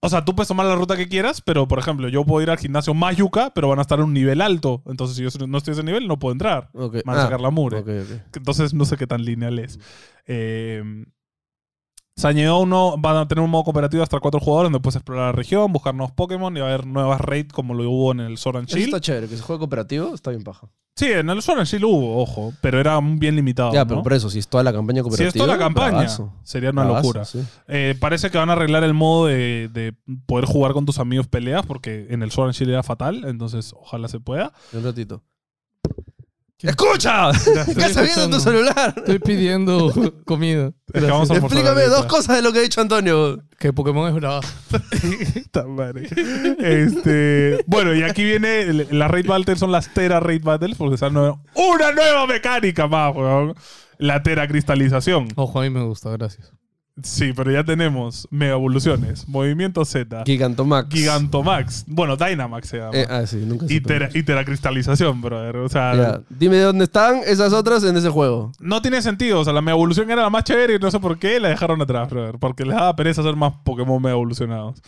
o sea, tú puedes tomar la ruta que quieras, pero por ejemplo, yo puedo ir al gimnasio más yuca, pero van a estar en un nivel alto. Entonces, si yo no estoy a ese nivel, no puedo entrar. Ok. Van a Ah, sacar la mure. ok, ok. Entonces, no sé qué tan lineal es. Eh, se añadió uno, van a tener un modo cooperativo hasta cuatro jugadores donde puedes explorar la región, buscar nuevos Pokémon y va a haber nuevas raids como lo hubo en el Sword and Eso Shield. está chévere, que se juega cooperativo, está bien paja. Sí, en el Sword and Shield hubo, ojo, pero era bien limitado. ya, ¿no? pero por eso, si es toda la campaña Ah, si cooperativa. es toda la campaña, bravazo. sería una Bravazo, locura. sí. Eh, parece que van a arreglar el modo de, de poder jugar con tus amigos peleas, porque en el Sword and Shield era fatal, entonces ojalá se pueda. Un ratito. ¡Escucha! ¿Qué has sabido en tu escuchando. celular? Estoy pidiendo comida. Es que vamos a almorzar Explícame ahorita. dos cosas de lo que ha dicho Antonio. Que Pokémon es brava. Puta madre. Este, bueno, y aquí viene el- las raid battles, son las Tera raid battles, porque están nueva- una nueva mecánica más, weón. La Tera cristalización. Ojo, a mí me gusta, gracias. Sí, pero ya tenemos mega evoluciones, movimiento Z, Gigantomax. Gigantomax, bueno, Dynamax se llama. Eh, ah, sí, nunca y, supe. tera, y teracristalización, brother. O sea, Ya, Dime de dónde están esas otras en ese juego. no tiene sentido. O sea, la mega evolución era la más chévere y no sé por qué la dejaron atrás, brother. Porque les daba pereza hacer más Pokémon mega evolucionados.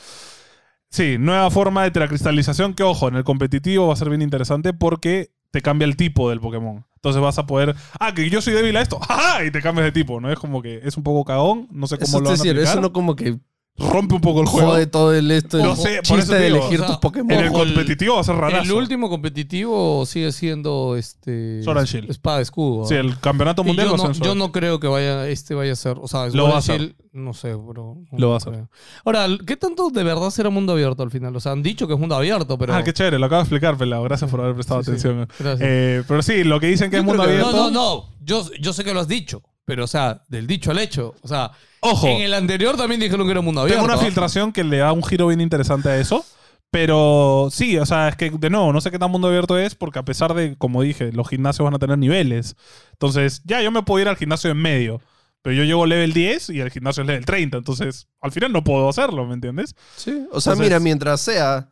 Sí, nueva forma de teracristalización que, ojo, en el competitivo va a ser bien interesante porque te cambia el tipo del Pokémon. Entonces vas a poder, ah, que yo soy débil a esto, ¡ajá! Y te cambias de tipo, ¿no? Es como que es un poco cagón, no sé cómo Eso, lo van es a decir, aplicar. eso no como que Rompe un poco el juego. jode todo el esto. No el sé, chiste por eso te de digo, elegir o sea, tus Pokémon. En el Ojo, el- competitivo va a ser rarazo. El último competitivo sigue siendo este. Sword and Shield. Espada, escudo. Sí, el campeonato Y mundial yo, va a ser no, en Sword. yo no creo que vaya este vaya a ser. O sea, Lo Sword va a and ser. Shield, No sé, bro. No Lo va a ser. creo. Ahora, ¿qué tanto de verdad será mundo abierto al final? O sea, han dicho que es mundo abierto, pero. Ah, qué chévere, lo acabo de explicar, pelado. Gracias por haber prestado Sí, sí. atención. Gracias. Eh, pero sí, lo que dicen que Yo es mundo creo que- abierto. No, no, no. Yo, yo sé que lo has dicho. Pero, o sea, del dicho al hecho. O sea, Ojo, en el anterior también dijeron que era mundo abierto. tengo una ¿ah? filtración que le da un giro bien interesante a eso. Pero sí, o sea, es que de nuevo, no sé qué tan mundo abierto es, porque a pesar de, como dije, los gimnasios van a tener niveles. Entonces, ya yo me puedo ir al gimnasio en medio. Pero yo llego level 10 y el gimnasio es level 30. Entonces, al final no puedo hacerlo, ¿me entiendes? Sí, O sea, Entonces- mira, mientras sea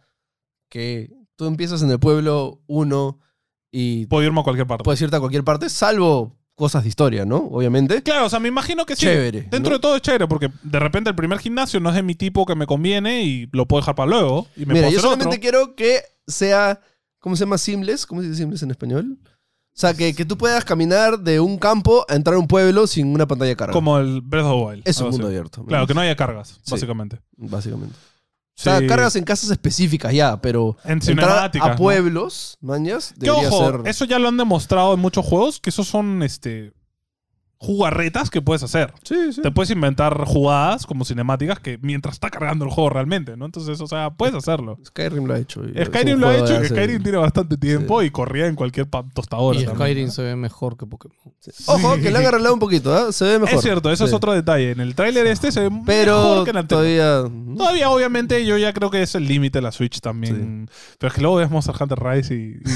que tú empiezas en el pueblo 1 y Puedo irme a cualquier parte. puedes irte a cualquier parte, salvo cosas de historia, ¿no? Obviamente. Claro, o sea, me imagino que sí. Chévere, Dentro ¿no? de todo es chévere, porque de repente el primer gimnasio no es de mi tipo que me conviene y lo puedo dejar para luego. Y me Mira, puedo yo hacer solamente otro. quiero que sea, ¿cómo se llama? Simples. ¿Cómo se dice simples en español? O sea, que, que tú puedas caminar de un campo a entrar a un pueblo sin una pantalla de carga. Como el Breath of the Wild. es un algo mundo así. abierto. ¿no? Claro, que no haya cargas, Sí. básicamente. Básicamente. O sea, Sí. cargas en casas específicas ya, pero En entrar cinemáticas. a ¿no? pueblos, mañas, Que debería ojo, ser... eso ya lo han demostrado en muchos juegos, que esos son este jugarretas que puedes hacer. Sí, sí. Te puedes inventar jugadas como cinemáticas que mientras está cargando el juego realmente, ¿no? Entonces, o sea, puedes hacerlo. Skyrim lo ha hecho. y es Skyrim un lo ha juego de hecho, hace- Skyrim tiene bastante tiempo y corría en cualquier pa- tostadora. Y también, Skyrim ¿no? se ve mejor que Pokémon. Ojo, que le han arreglado un poquito, ¿ah? Se ve mejor. Es cierto, eso es Sí. otro detalle. En el tráiler este se ve Pero mejor que en el anterior. todavía... ¿no? Todavía, obviamente, yo ya creo que es el límite de la Switch también. Pero es que luego ves Monster Hunter Rise y. y-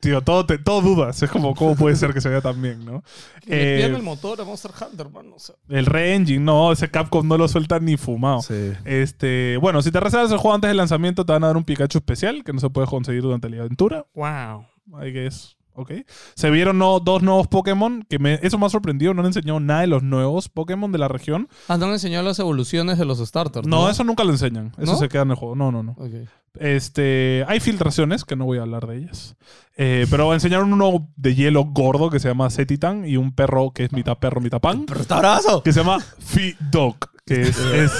tío, todo, te, todo dudas. Es como, ¿cómo puede ser que se vea tan bien, no? Le Eh, pierden el motor a Monster Hunter, hermano. O sea, el re-engine, no, ese Capcom no lo suelta ni fumado. Sí. Este, bueno, si te reservas el juego antes del lanzamiento, te van a dar un Pikachu especial que no se puede conseguir durante la aventura. wow. Ahí que es. Ok. Se vieron no- dos nuevos Pokémon que me, eso me ha sorprendido. No han enseñado nada de los nuevos Pokémon de la región. Ah, no han enseñado las evoluciones de los starters. No, eso nunca lo enseñan. Eso ¿No? se queda en el juego. No, no, no. Ok. Este, hay filtraciones, que no voy a hablar de ellas. Eh, pero enseñaron uno de hielo gordo que se llama Setitan y un perro que es mitad perro, mitad pan, ¡Pero está bravazo! que se llama Fi-Dog, que es, es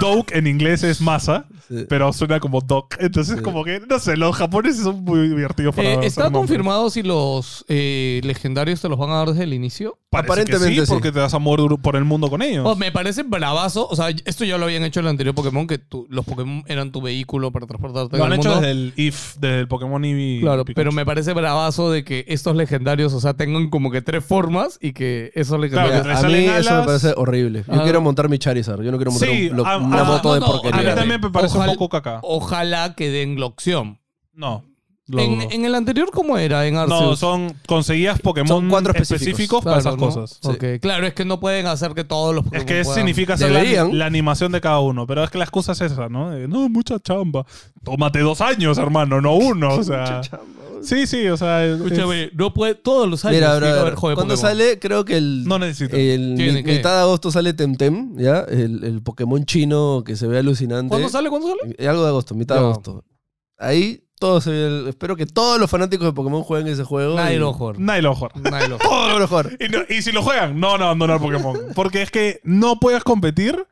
dog en inglés es masa, Sí. pero suena como dog. Entonces, como que, no sé, los japoneses son muy divertidos para Eh, hacer ¿Está nombres. confirmado si los eh, legendarios te los van a dar desde el inicio? Parece Aparentemente que sí. sí, porque te vas a mover dur- por el mundo con ellos. Oh, me parece bravazo. O sea, esto ya lo habían hecho en el anterior Pokémon, que tú- los Pokémon eran tu vehículo para transportarte Lo en han el hecho mundo. desde el IF, desde el Pokémon Eevee. Claro, Pikachu. pero me parece bravazo de que estos legendarios, o sea, tengan como que tres formas y que esos legendarios... Claro, a salen mí eso alas. me parece horrible. Yo Ah. quiero montar mi Charizard. Yo no quiero montar Sí, un- lo- a- una a- moto no, de no, A mí porquería. también me parece Ojalá- un poco caca. Ojalá que den Gloxión. No. lo En, dudo. en el anterior, ¿cómo era? En Arceus. No, son conseguías Pokémon Son cuatro específicos, específicos. para Claro, esas ¿no? cosas. Sí. Ok, Claro, es que no pueden hacer que todos los Es Pokémon que puedan- significa hacer la, Deberían. la animación de cada uno, pero es que la excusa es esa, ¿no? Eh, no, mucha chamba. Tómate dos años, hermano, no uno. O sea. Sí, sí, o sea. es- Escúchame, no puede... Todos los años Mira, tiene que haber brother, juego de cuando Pokémon. sale, creo que el, No necesito. el ¿Qué, mi- qué? mitad de agosto sale Temtem, ¿ya? El, el Pokémon chino que se ve alucinante. ¿Cuándo sale? ¿Cuándo sale? Eh, Algo de agosto, mitad de Ya. agosto. Ahí todo se ve. el- Espero que todos los fanáticos de Pokémon jueguen ese juego. Nadie y- lo juega. Nadie lo juega. Nadie lo Todos lo mejor. Y, no- y si lo juegan, no van a abandonar Pokémon. Porque es que no puedes competir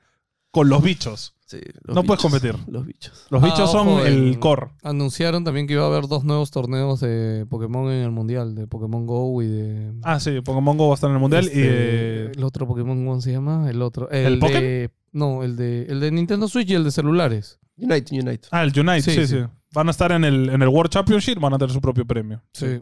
con los bichos. Sí, los No bichos. puedes competir. Los bichos. Los Ah, bichos ojo, son el el- core. Anunciaron también que iba a haber dos nuevos torneos de Pokémon en el mundial, de Pokémon Go y de. Ah, sí, Pokémon Go va a estar en el mundial. este, y, eh, El otro Pokémon, ¿cómo se llama? El otro. El, ¿El de. No, el de, el de Nintendo Switch y el de celulares. Unite, Unite. Ah, el United, sí, Sí, sí. sí. Van a estar en el, en el World Championship, van a tener su propio premio. Sí.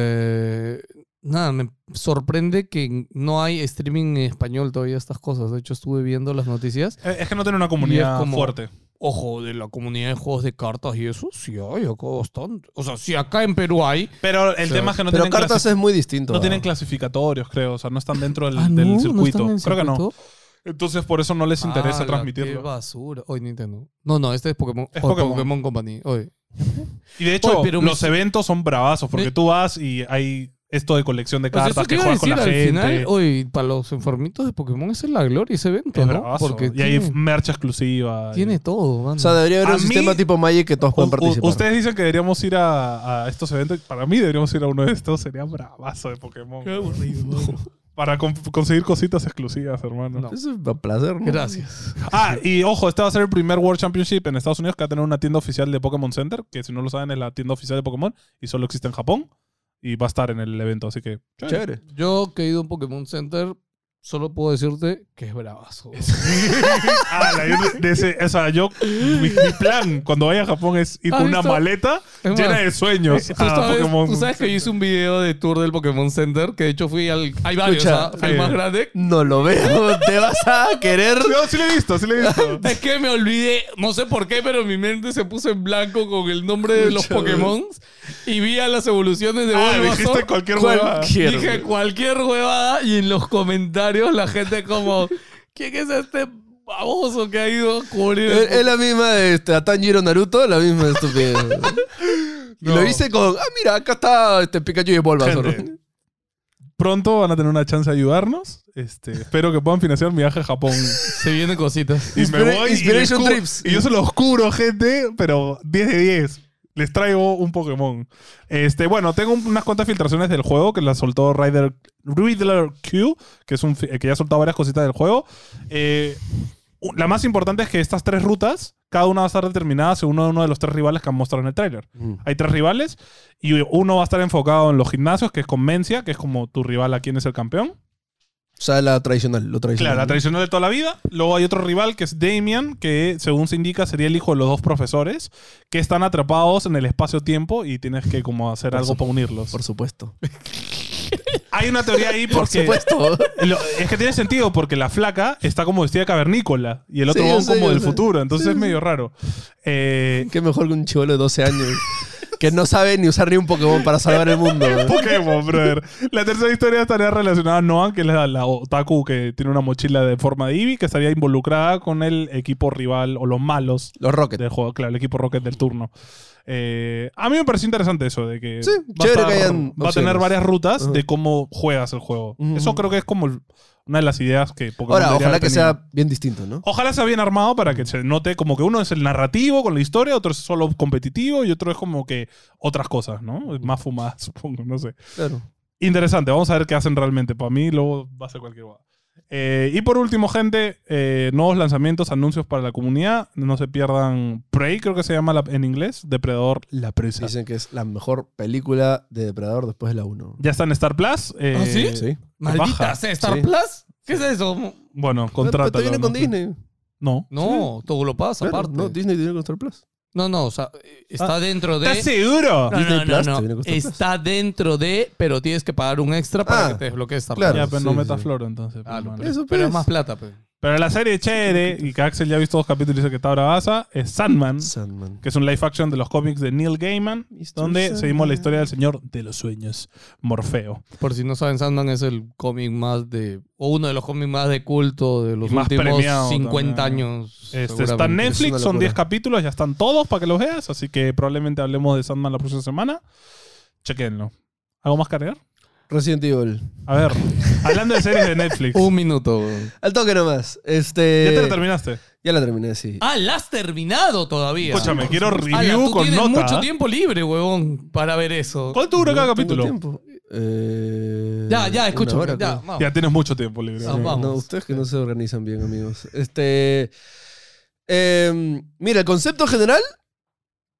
Eh, nada, me sorprende que no hay streaming en español todavía estas cosas. De hecho, estuve viendo las noticias. Eh, Es que no tiene una comunidad Y es como- fuerte. Ojo, de la comunidad de juegos de cartas y eso, sí hay acá bastante. O sea, si acá en Perú hay. Pero el Sí. tema es que no Pero tienen clasi- cartas es muy distinto. No ah. tienen clasificatorios, creo. O sea, no están dentro del, Ah, del no, ¿no circuito. están en el Creo que no. circuito? Ah, Entonces, por eso no les interesa Ala, Qué transmitirlo. basura. Hoy Nintendo. No, no, este es Pokémon. Es Hoy Pokémon. Pokémon. Company. Hoy. Y de hecho, Oye, pero los me- eventos son bravazos, porque Me- tú vas y hay esto de colección de Pues cartas eso te que iba a juegas con la decir, gente. Al final, hoy, para los enfermitos de Pokémon, esa es la gloria ese evento, es ¿no? bravazo. Porque y tiene, hay merch exclusiva. y- tiene todo, mano. O sea, debería haber A un sistema mí- tipo Magic que todos U- puedan u- participar. Ustedes dicen que deberíamos ir a, a estos eventos. Para mí deberíamos ir a uno de estos. Sería bravazo de Pokémon. Para con- conseguir cositas exclusivas, hermano. No. Eso es un placer, ¿no? Gracias. Ah, y ojo, este va a ser el primer World Championship en Estados Unidos que va a tener una tienda oficial de Pokémon Center, que si no lo saben es la tienda oficial de Pokémon y solo existe en Japón y va a estar en el evento, así que chévere. Chévere. Yo que he ido a un Pokémon Center, solo puedo decirte que es bravazo. Ah, la- yo- de ese- o sea, yo mi, mi plan cuando vaya a Japón es ir ¿Has con una visto? maleta Es llena más, eh, de sueños Tú a sabes, Pokémon. tú sabes que yo hice un video de tour del Pokémon Center, que de hecho fui al... Hay varios, Escucha, ¿ah? Fui al eh. más grande. No lo veo. Te vas a querer. No, sí lo he visto, sí lo he visto. Es que me olvidé, no sé por qué, pero mi mente se puso en blanco con el nombre de los Escucha, Pokémon y vi a las evoluciones de Ah, Bulbasaur. dijiste cualquier ¿Cuál? huevada. Cualquier, Dije güey. cualquier huevada y en los comentarios la gente como, ¿quién es este baboso que ha ido a cubrir? el Es es la misma de este, a Tanjiro Naruto, la misma estupidez. Y No. Lo hice con. Ah, mira, acá está este Pikachu y Bulbasaur. Gente, Pronto van a tener una chance de ayudarnos. Este, espero que puedan financiar mi viaje a Japón. Se vienen cositas. Y me Inspira- voy. y Inspiration descu- Trips. Y yo se los juro, gente, pero 10 de 10. Les traigo un Pokémon. Este, bueno, tengo un- unas cuantas filtraciones del juego que las soltó Rider, Riddler Q, que es un fi- que ya ha soltado varias cositas del juego. Eh, u- la más importante es que estas tres rutas, cada una va a estar determinada según uno de los tres rivales que han mostrado en el tráiler. Hay tres rivales y uno va a estar enfocado en los gimnasios, que es con Mencia, que es como tu rival a quien es el campeón. O sea, la tradicional, lo tradicional. Claro, la tradicional de toda la vida. Luego hay otro rival que es Damian, que según se indica sería el hijo de los dos profesores, que están atrapados en el espacio-tiempo y tienes que como hacer Por algo su- para unirlos. Por supuesto. Hay una teoría ahí Por porque... supuesto. lo- es que tiene sentido porque la flaca está como vestida de cavernícola y el otro Sí, yo bon sé, como yo del sé. futuro, entonces es medio raro. Eh, Qué mejor que un chivolo de 12 años que no sabe ni usar ni un Pokémon para salvar el mundo. güey. Pokémon, brother. La tercera historia estaría relacionada a Noah, que es la, la otaku que tiene una mochila de forma de Eevee, que estaría involucrada con el equipo rival o los malos Los Rocket. del juego, claro, el equipo Rocket del turno. Eh, a mí me pareció interesante eso, de que Sí, va, a, chévere estar- que hayan va a tener opciones. varias rutas Ujú. de cómo juegas el juego. Ujú. Eso creo que es como el- una de las ideas que Pokémon Oh. Ahora, debería ojalá haber que tenido. sea bien distinto, ¿no? Ojalá sea bien armado para que se note como que uno es el narrativo con la historia, otro es solo competitivo y otro es como que otras cosas, ¿no? Más fumadas, supongo, no sé. Claro. Interesante, vamos a ver qué hacen realmente. Para mí, luego va a ser cualquier cosa. y por último, gente, eh, nuevos lanzamientos, anuncios para la comunidad. No se pierdan Prey, creo que se llama la- en inglés, Depredador La Presa. Dicen que es la mejor película de Depredador después de la 1. Ya está en Star Plus. eh, ¿Ah, sí? Sí. Maldita baja. sea, Star Sí. Plus. ¿Qué es eso? Bueno, Pero contrátalo. te viene con ¿no? Disney. No. No, todo lo pasa Claro, aparte. No, No, Disney tiene con Star Plus. no, o sea, está dentro de... ¿Estás seguro? No, Disney no, no, Plus te viene no. con Star Plus. Está dentro de, pero tienes que pagar un extra para Ah, que te desbloquees Star claro. Plus. ya, pero sí, no sí. metas flor entonces. Ah, lo- hermano. pero, Eso, pero es pues. más plata, pues. Pero la serie chévere, y que Axel ya ha visto dos capítulos y dice que está bravaza, es Sandman, Sandman. que es un live action de los cómics de Neil Gaiman, Mr. donde Sandman. seguimos la historia del señor de los sueños, Morfeo. Por si no saben, Sandman es el cómic más de... O uno de los cómics más de culto de los Y más últimos premiado 50 también. años. Este, está en seguramente. Es una Netflix, son locura. 10 capítulos, ya están todos para que los veas, así que probablemente hablemos de Sandman la próxima semana. Chequenlo. ¿Algo más cargar? Resident Evil. A ver, hablando de series de Netflix. Un minuto. weón. Al toque nomás. ya Este. te la terminaste. ya la terminé, sí. Ah, la has terminado todavía. Escúchame, quiero Ala, review tú con tienes nota. ¿ah? mucho tiempo libre, huevón, para ver eso. ¿Cuánto dura cada No tengo capítulo? tiempo. Eh, Ya, ya, una escúchame. hora, ya, creo. vamos. Ya tienes mucho tiempo libre. Ah, vamos. No, ustedes que no se organizan bien, amigos. Este. em, mira, el concepto general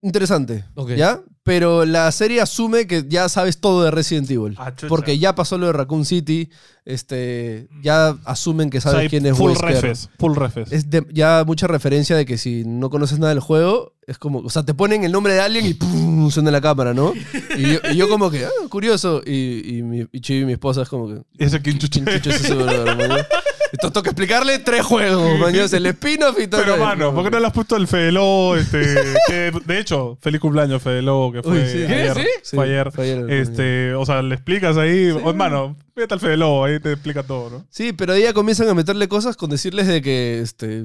interesante, Ok. ¿ya? Pero la serie asume que ya sabes todo de Resident Evil. Ah, chucha. porque ya pasó lo de Raccoon City, este, ya asumen que O sea, sabes hay quién es full Wesker. refes, full refes. Es de- ya mucha referencia de que si no conoces nada del juego, es como, o sea, te ponen el nombre de alguien y ¡pum! suena la cámara, ¿no? Y yo, y yo como que, ah, curioso. Y, y, mi, y Chibi, mi esposa, es como que, Ese que chucha. ¿quién chucha es ese brother, maño? Entonces tengo que explicarle tres juegos, maño. Es el spin-off y todo. Pero, mano, ¿por qué no le has puesto el Fede Lobo? Este, que, de hecho, feliz cumpleaños, Fede Lobo, que fue Uy, sí. ayer. ¿Sí? Sí, Fue ayer. fue ayer, Este, o sea, le explicas ahí. Hermano, mano, vete al Fede Lobo, ahí te explica todo, ¿no? Sí, pero ahí ya comienzan a meterle cosas con decirles de que este,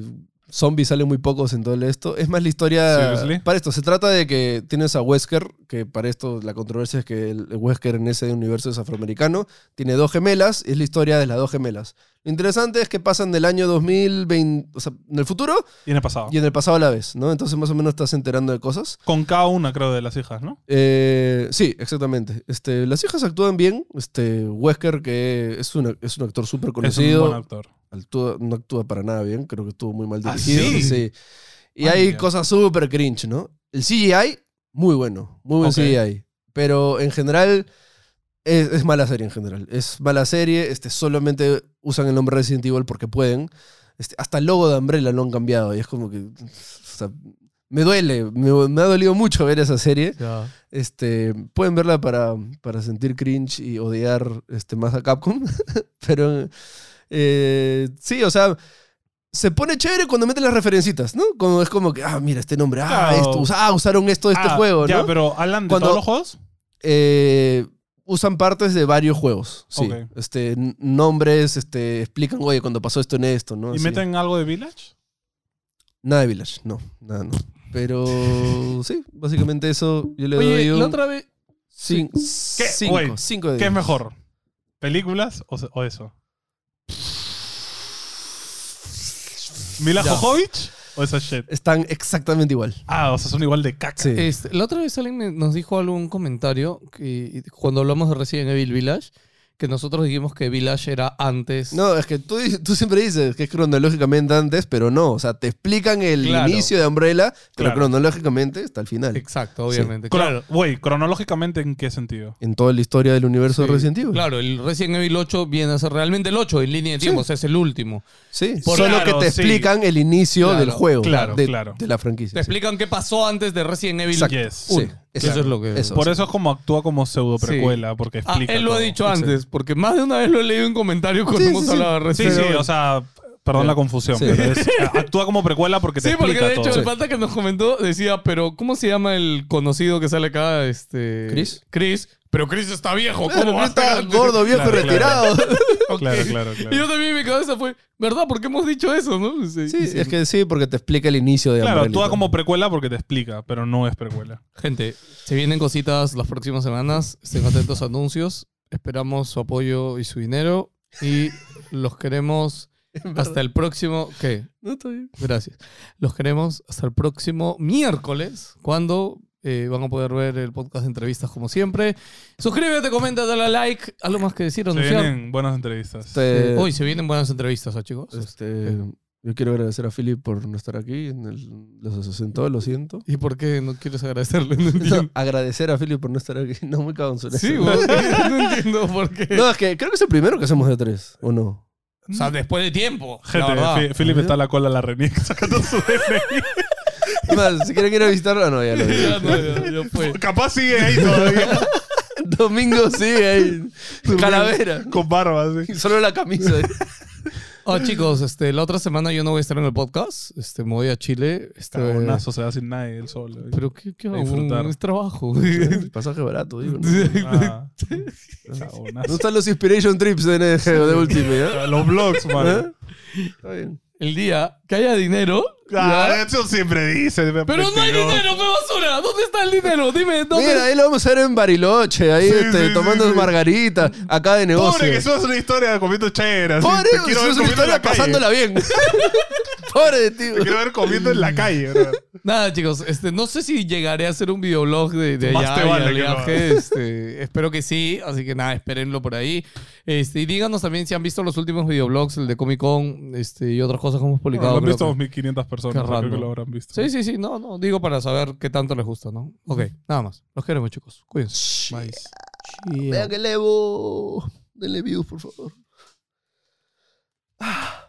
zombies salen muy pocos en todo esto. Es más la historia... Seriously? Para esto, se trata de que tienes a Wesker, que para esto la controversia es que el el Wesker en ese universo es afroamericano, tiene dos gemelas, y es la historia de las dos gemelas. Lo interesante es que pasan del año 2020, o sea, en el futuro Y en el pasado. y en el pasado a la vez, ¿no? Entonces más o menos estás enterando de cosas. Con cada una, creo, de las hijas, ¿no? Eh, sí, exactamente. Este, las hijas actúan bien. Este, Wesker, que es, una- es un actor súper Es un conocido, buen actor. actúa- no actúa para nada bien, creo que estuvo muy mal ¿Ah, dirigido. sí? sí. Y Ay, hay ya. cosas súper cringe, ¿no? El CGI, muy bueno, muy buen Ok. CGI. Pero en general, es, es mala serie en general. Es mala serie, este, solamente usan el nombre Resident Evil porque pueden. Este, hasta el logo de Umbrella lo han cambiado y es como que... o sea, me duele, me, me ha dolido mucho ver esa serie. Ah, Ya. Este, pueden verla para, para sentir cringe y odiar este, más a Capcom. Pero eh, sí, o sea, se pone chévere cuando meten las referencitas, ¿no? Como, es como que, ah, mira este nombre, ah, Claro. esto, usa- ah, usaron esto de este Ah, juego, Ya, ¿no? pero Alan, ¿de Cuando- todos los juegos? Eh, usan partes de varios juegos, sí. Ok. Este, n- nombres, este, explican, oye, cuando pasó esto en esto, ¿no? ¿Y Así. meten algo de Village? Nada de Village, no, nada, no. Pero sí, básicamente eso yo le Oye, doy un la otra vez. cin- ¿Qué? cinco, Wait, cinco de ¿Qué es diez. mejor? ¿Películas o, se- o eso? ¿Mila Ya. Jovovich o esa shit? Están exactamente igual. Ah, o sea, son igual de caca. Sí. Este, la otra vez alguien me- nos dijo algún comentario que cuando hablamos de Resident Evil Village, que nosotros dijimos que Village era antes. No, es que tú, tú siempre dices que es cronológicamente antes, pero no. O sea, te explican el Claro. inicio de Umbrella, pero Claro. cronológicamente está el final. Exacto, obviamente. Claro. Claro. Güey, cronológicamente, ¿en qué sentido? En toda la historia del universo Sí, Resident Evil. Claro, el Resident Evil 8 viene a ser realmente el 8 en línea de Sí. tiempo, o sea, es el último. Sí. Por- Solo Claro, que te sí. explican el inicio Claro, del juego. claro, de, claro. de la franquicia. Te sí. explican qué pasó antes de Resident Evil Exacto. Yes. Sí, uno. Eso exacto. es lo que- Eso, Por sí. eso es como actúa como pseudo Sí. precuela, porque Ah, explica. él lo ha todo. dicho antes, porque más de una vez lo he leído en comentarios cuando Sí, hemos sí, sí. hablado de Sí, Resident sí, Evil. o sea, perdón Sí. la confusión, Sí. pero es- eh, actúa como precuela porque te Sí, porque explica de hecho todo. el pata que nos comentó decía, pero ¿cómo se llama el conocido que sale acá? Este... Chris. Chris. Pero Chris está viejo, ¿cómo Claro, va a Eh, está estar? gordo, viejo Claro, y retirado. Ok. Claro, claro, claro. Y yo también en mi cabeza fue, ¿verdad? ¿Por qué hemos dicho eso, no? Sí, Sí, es que sí, porque te explica el inicio de Claro, Umbrella. actúa como precuela porque te explica, pero no es precuela. Gente, se vienen cositas las próximas semanas. Estén atentos a anuncios. Esperamos su apoyo y su dinero. Y los queremos hasta el próximo... ¿Qué? No, está bien. Gracias. Los queremos hasta el próximo miércoles, cuando eh, van a poder ver el podcast de entrevistas como siempre. Suscríbete, comenta, dale a like. ¿Algo más que decir o Se anunciar? vienen buenas entrevistas. Este, Eh, Hoy se vienen buenas entrevistas, ¿ah, chicos. este, yo quiero agradecer a Philip por no estar aquí. En el- los asentó, lo siento. ¿Y por qué no quieres agradecerle? No No, entiendo. agradecer a Philip por no estar aquí. No, muy cagón suena Sí, eso. güey, no entiendo por qué. No, es que creo que es el primero que hacemos de tres, ¿o no? O sea, después de tiempo. la Gente, verdad. Fi- Philip está a la cola de la Remix sacando su DNI. Es más, si quieren ir a visitarlo, ah, no, ya lo vi. Ya, no, ya, ya fue. Capaz sigue ahí todavía. Domingo sí, ahí. Calavera. Con barba, sí. Solo la camisa. eh. Oh, chicos, este, la otra semana yo no voy a estar en el podcast. Este, me voy a Chile. Este, Cagonazo se va sin nadie, el sol. ahí. pero qué, qué hago? disfrutar. Es trabajo. El pasaje barato, digo. ¿no? Ah, ¿Dónde cagonazo. están los Inspiration Trips de NG o de Ultimate? ¿eh? Los blogs, ¿Eh? man. Está bien. el día que haya dinero. Ah, ¿ya? eso siempre dice. me Pero no hay mentiroso. dinero, pe basura. ¿Dónde está el dinero? Dime, ¿dónde? eh. Mira, ahí lo vamos a hacer en Bariloche, ahí Sí, este, sí, tomando sí, sí. margarita, acá de negocio. Pobre que subas una historia comiendo cheras. Pobre, te quiero ver es una comiendo en historia la calle. pasándola bien. Pobre tío. Quiero ver comiendo en la calle, bro. Nada, chicos, este, no sé si llegaré a hacer un videoblog de, de Más allá te y vale al que no. viaje. este, espero que sí, así que nada, espérenlo por ahí. Este, y díganos también si han visto los últimos videoblogs, el de Comic Con este, y otras cosas que hemos Ah, Lo publicado. han creo visto que- 2.500 personas. Qué creo que random. lo habrán visto. Sí, sí, sí, no, no, digo para saber qué tanto les gusta, ¿no? Ok, nada más. Los queremos, chicos. Cuídense. ¿Ah, Nice. Chao. Vean que levo. Denle views, por favor. Ah.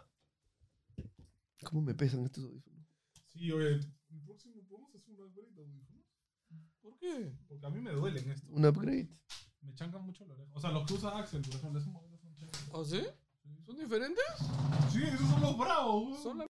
¿Cómo me pesan estos audífonos? Sí, oye, el próximo podemos hacer un upgrade de audífonos? ¿Por qué? Porque a mí me duelen esto. Un upgrade. Me chancan mucho la oreja. O sea, los que usa Axel, por ejemplo, esos modelos son chéveres. ¿Ah, sí? ¿Son diferentes? Sí, esos son los bravos. güey. Son la-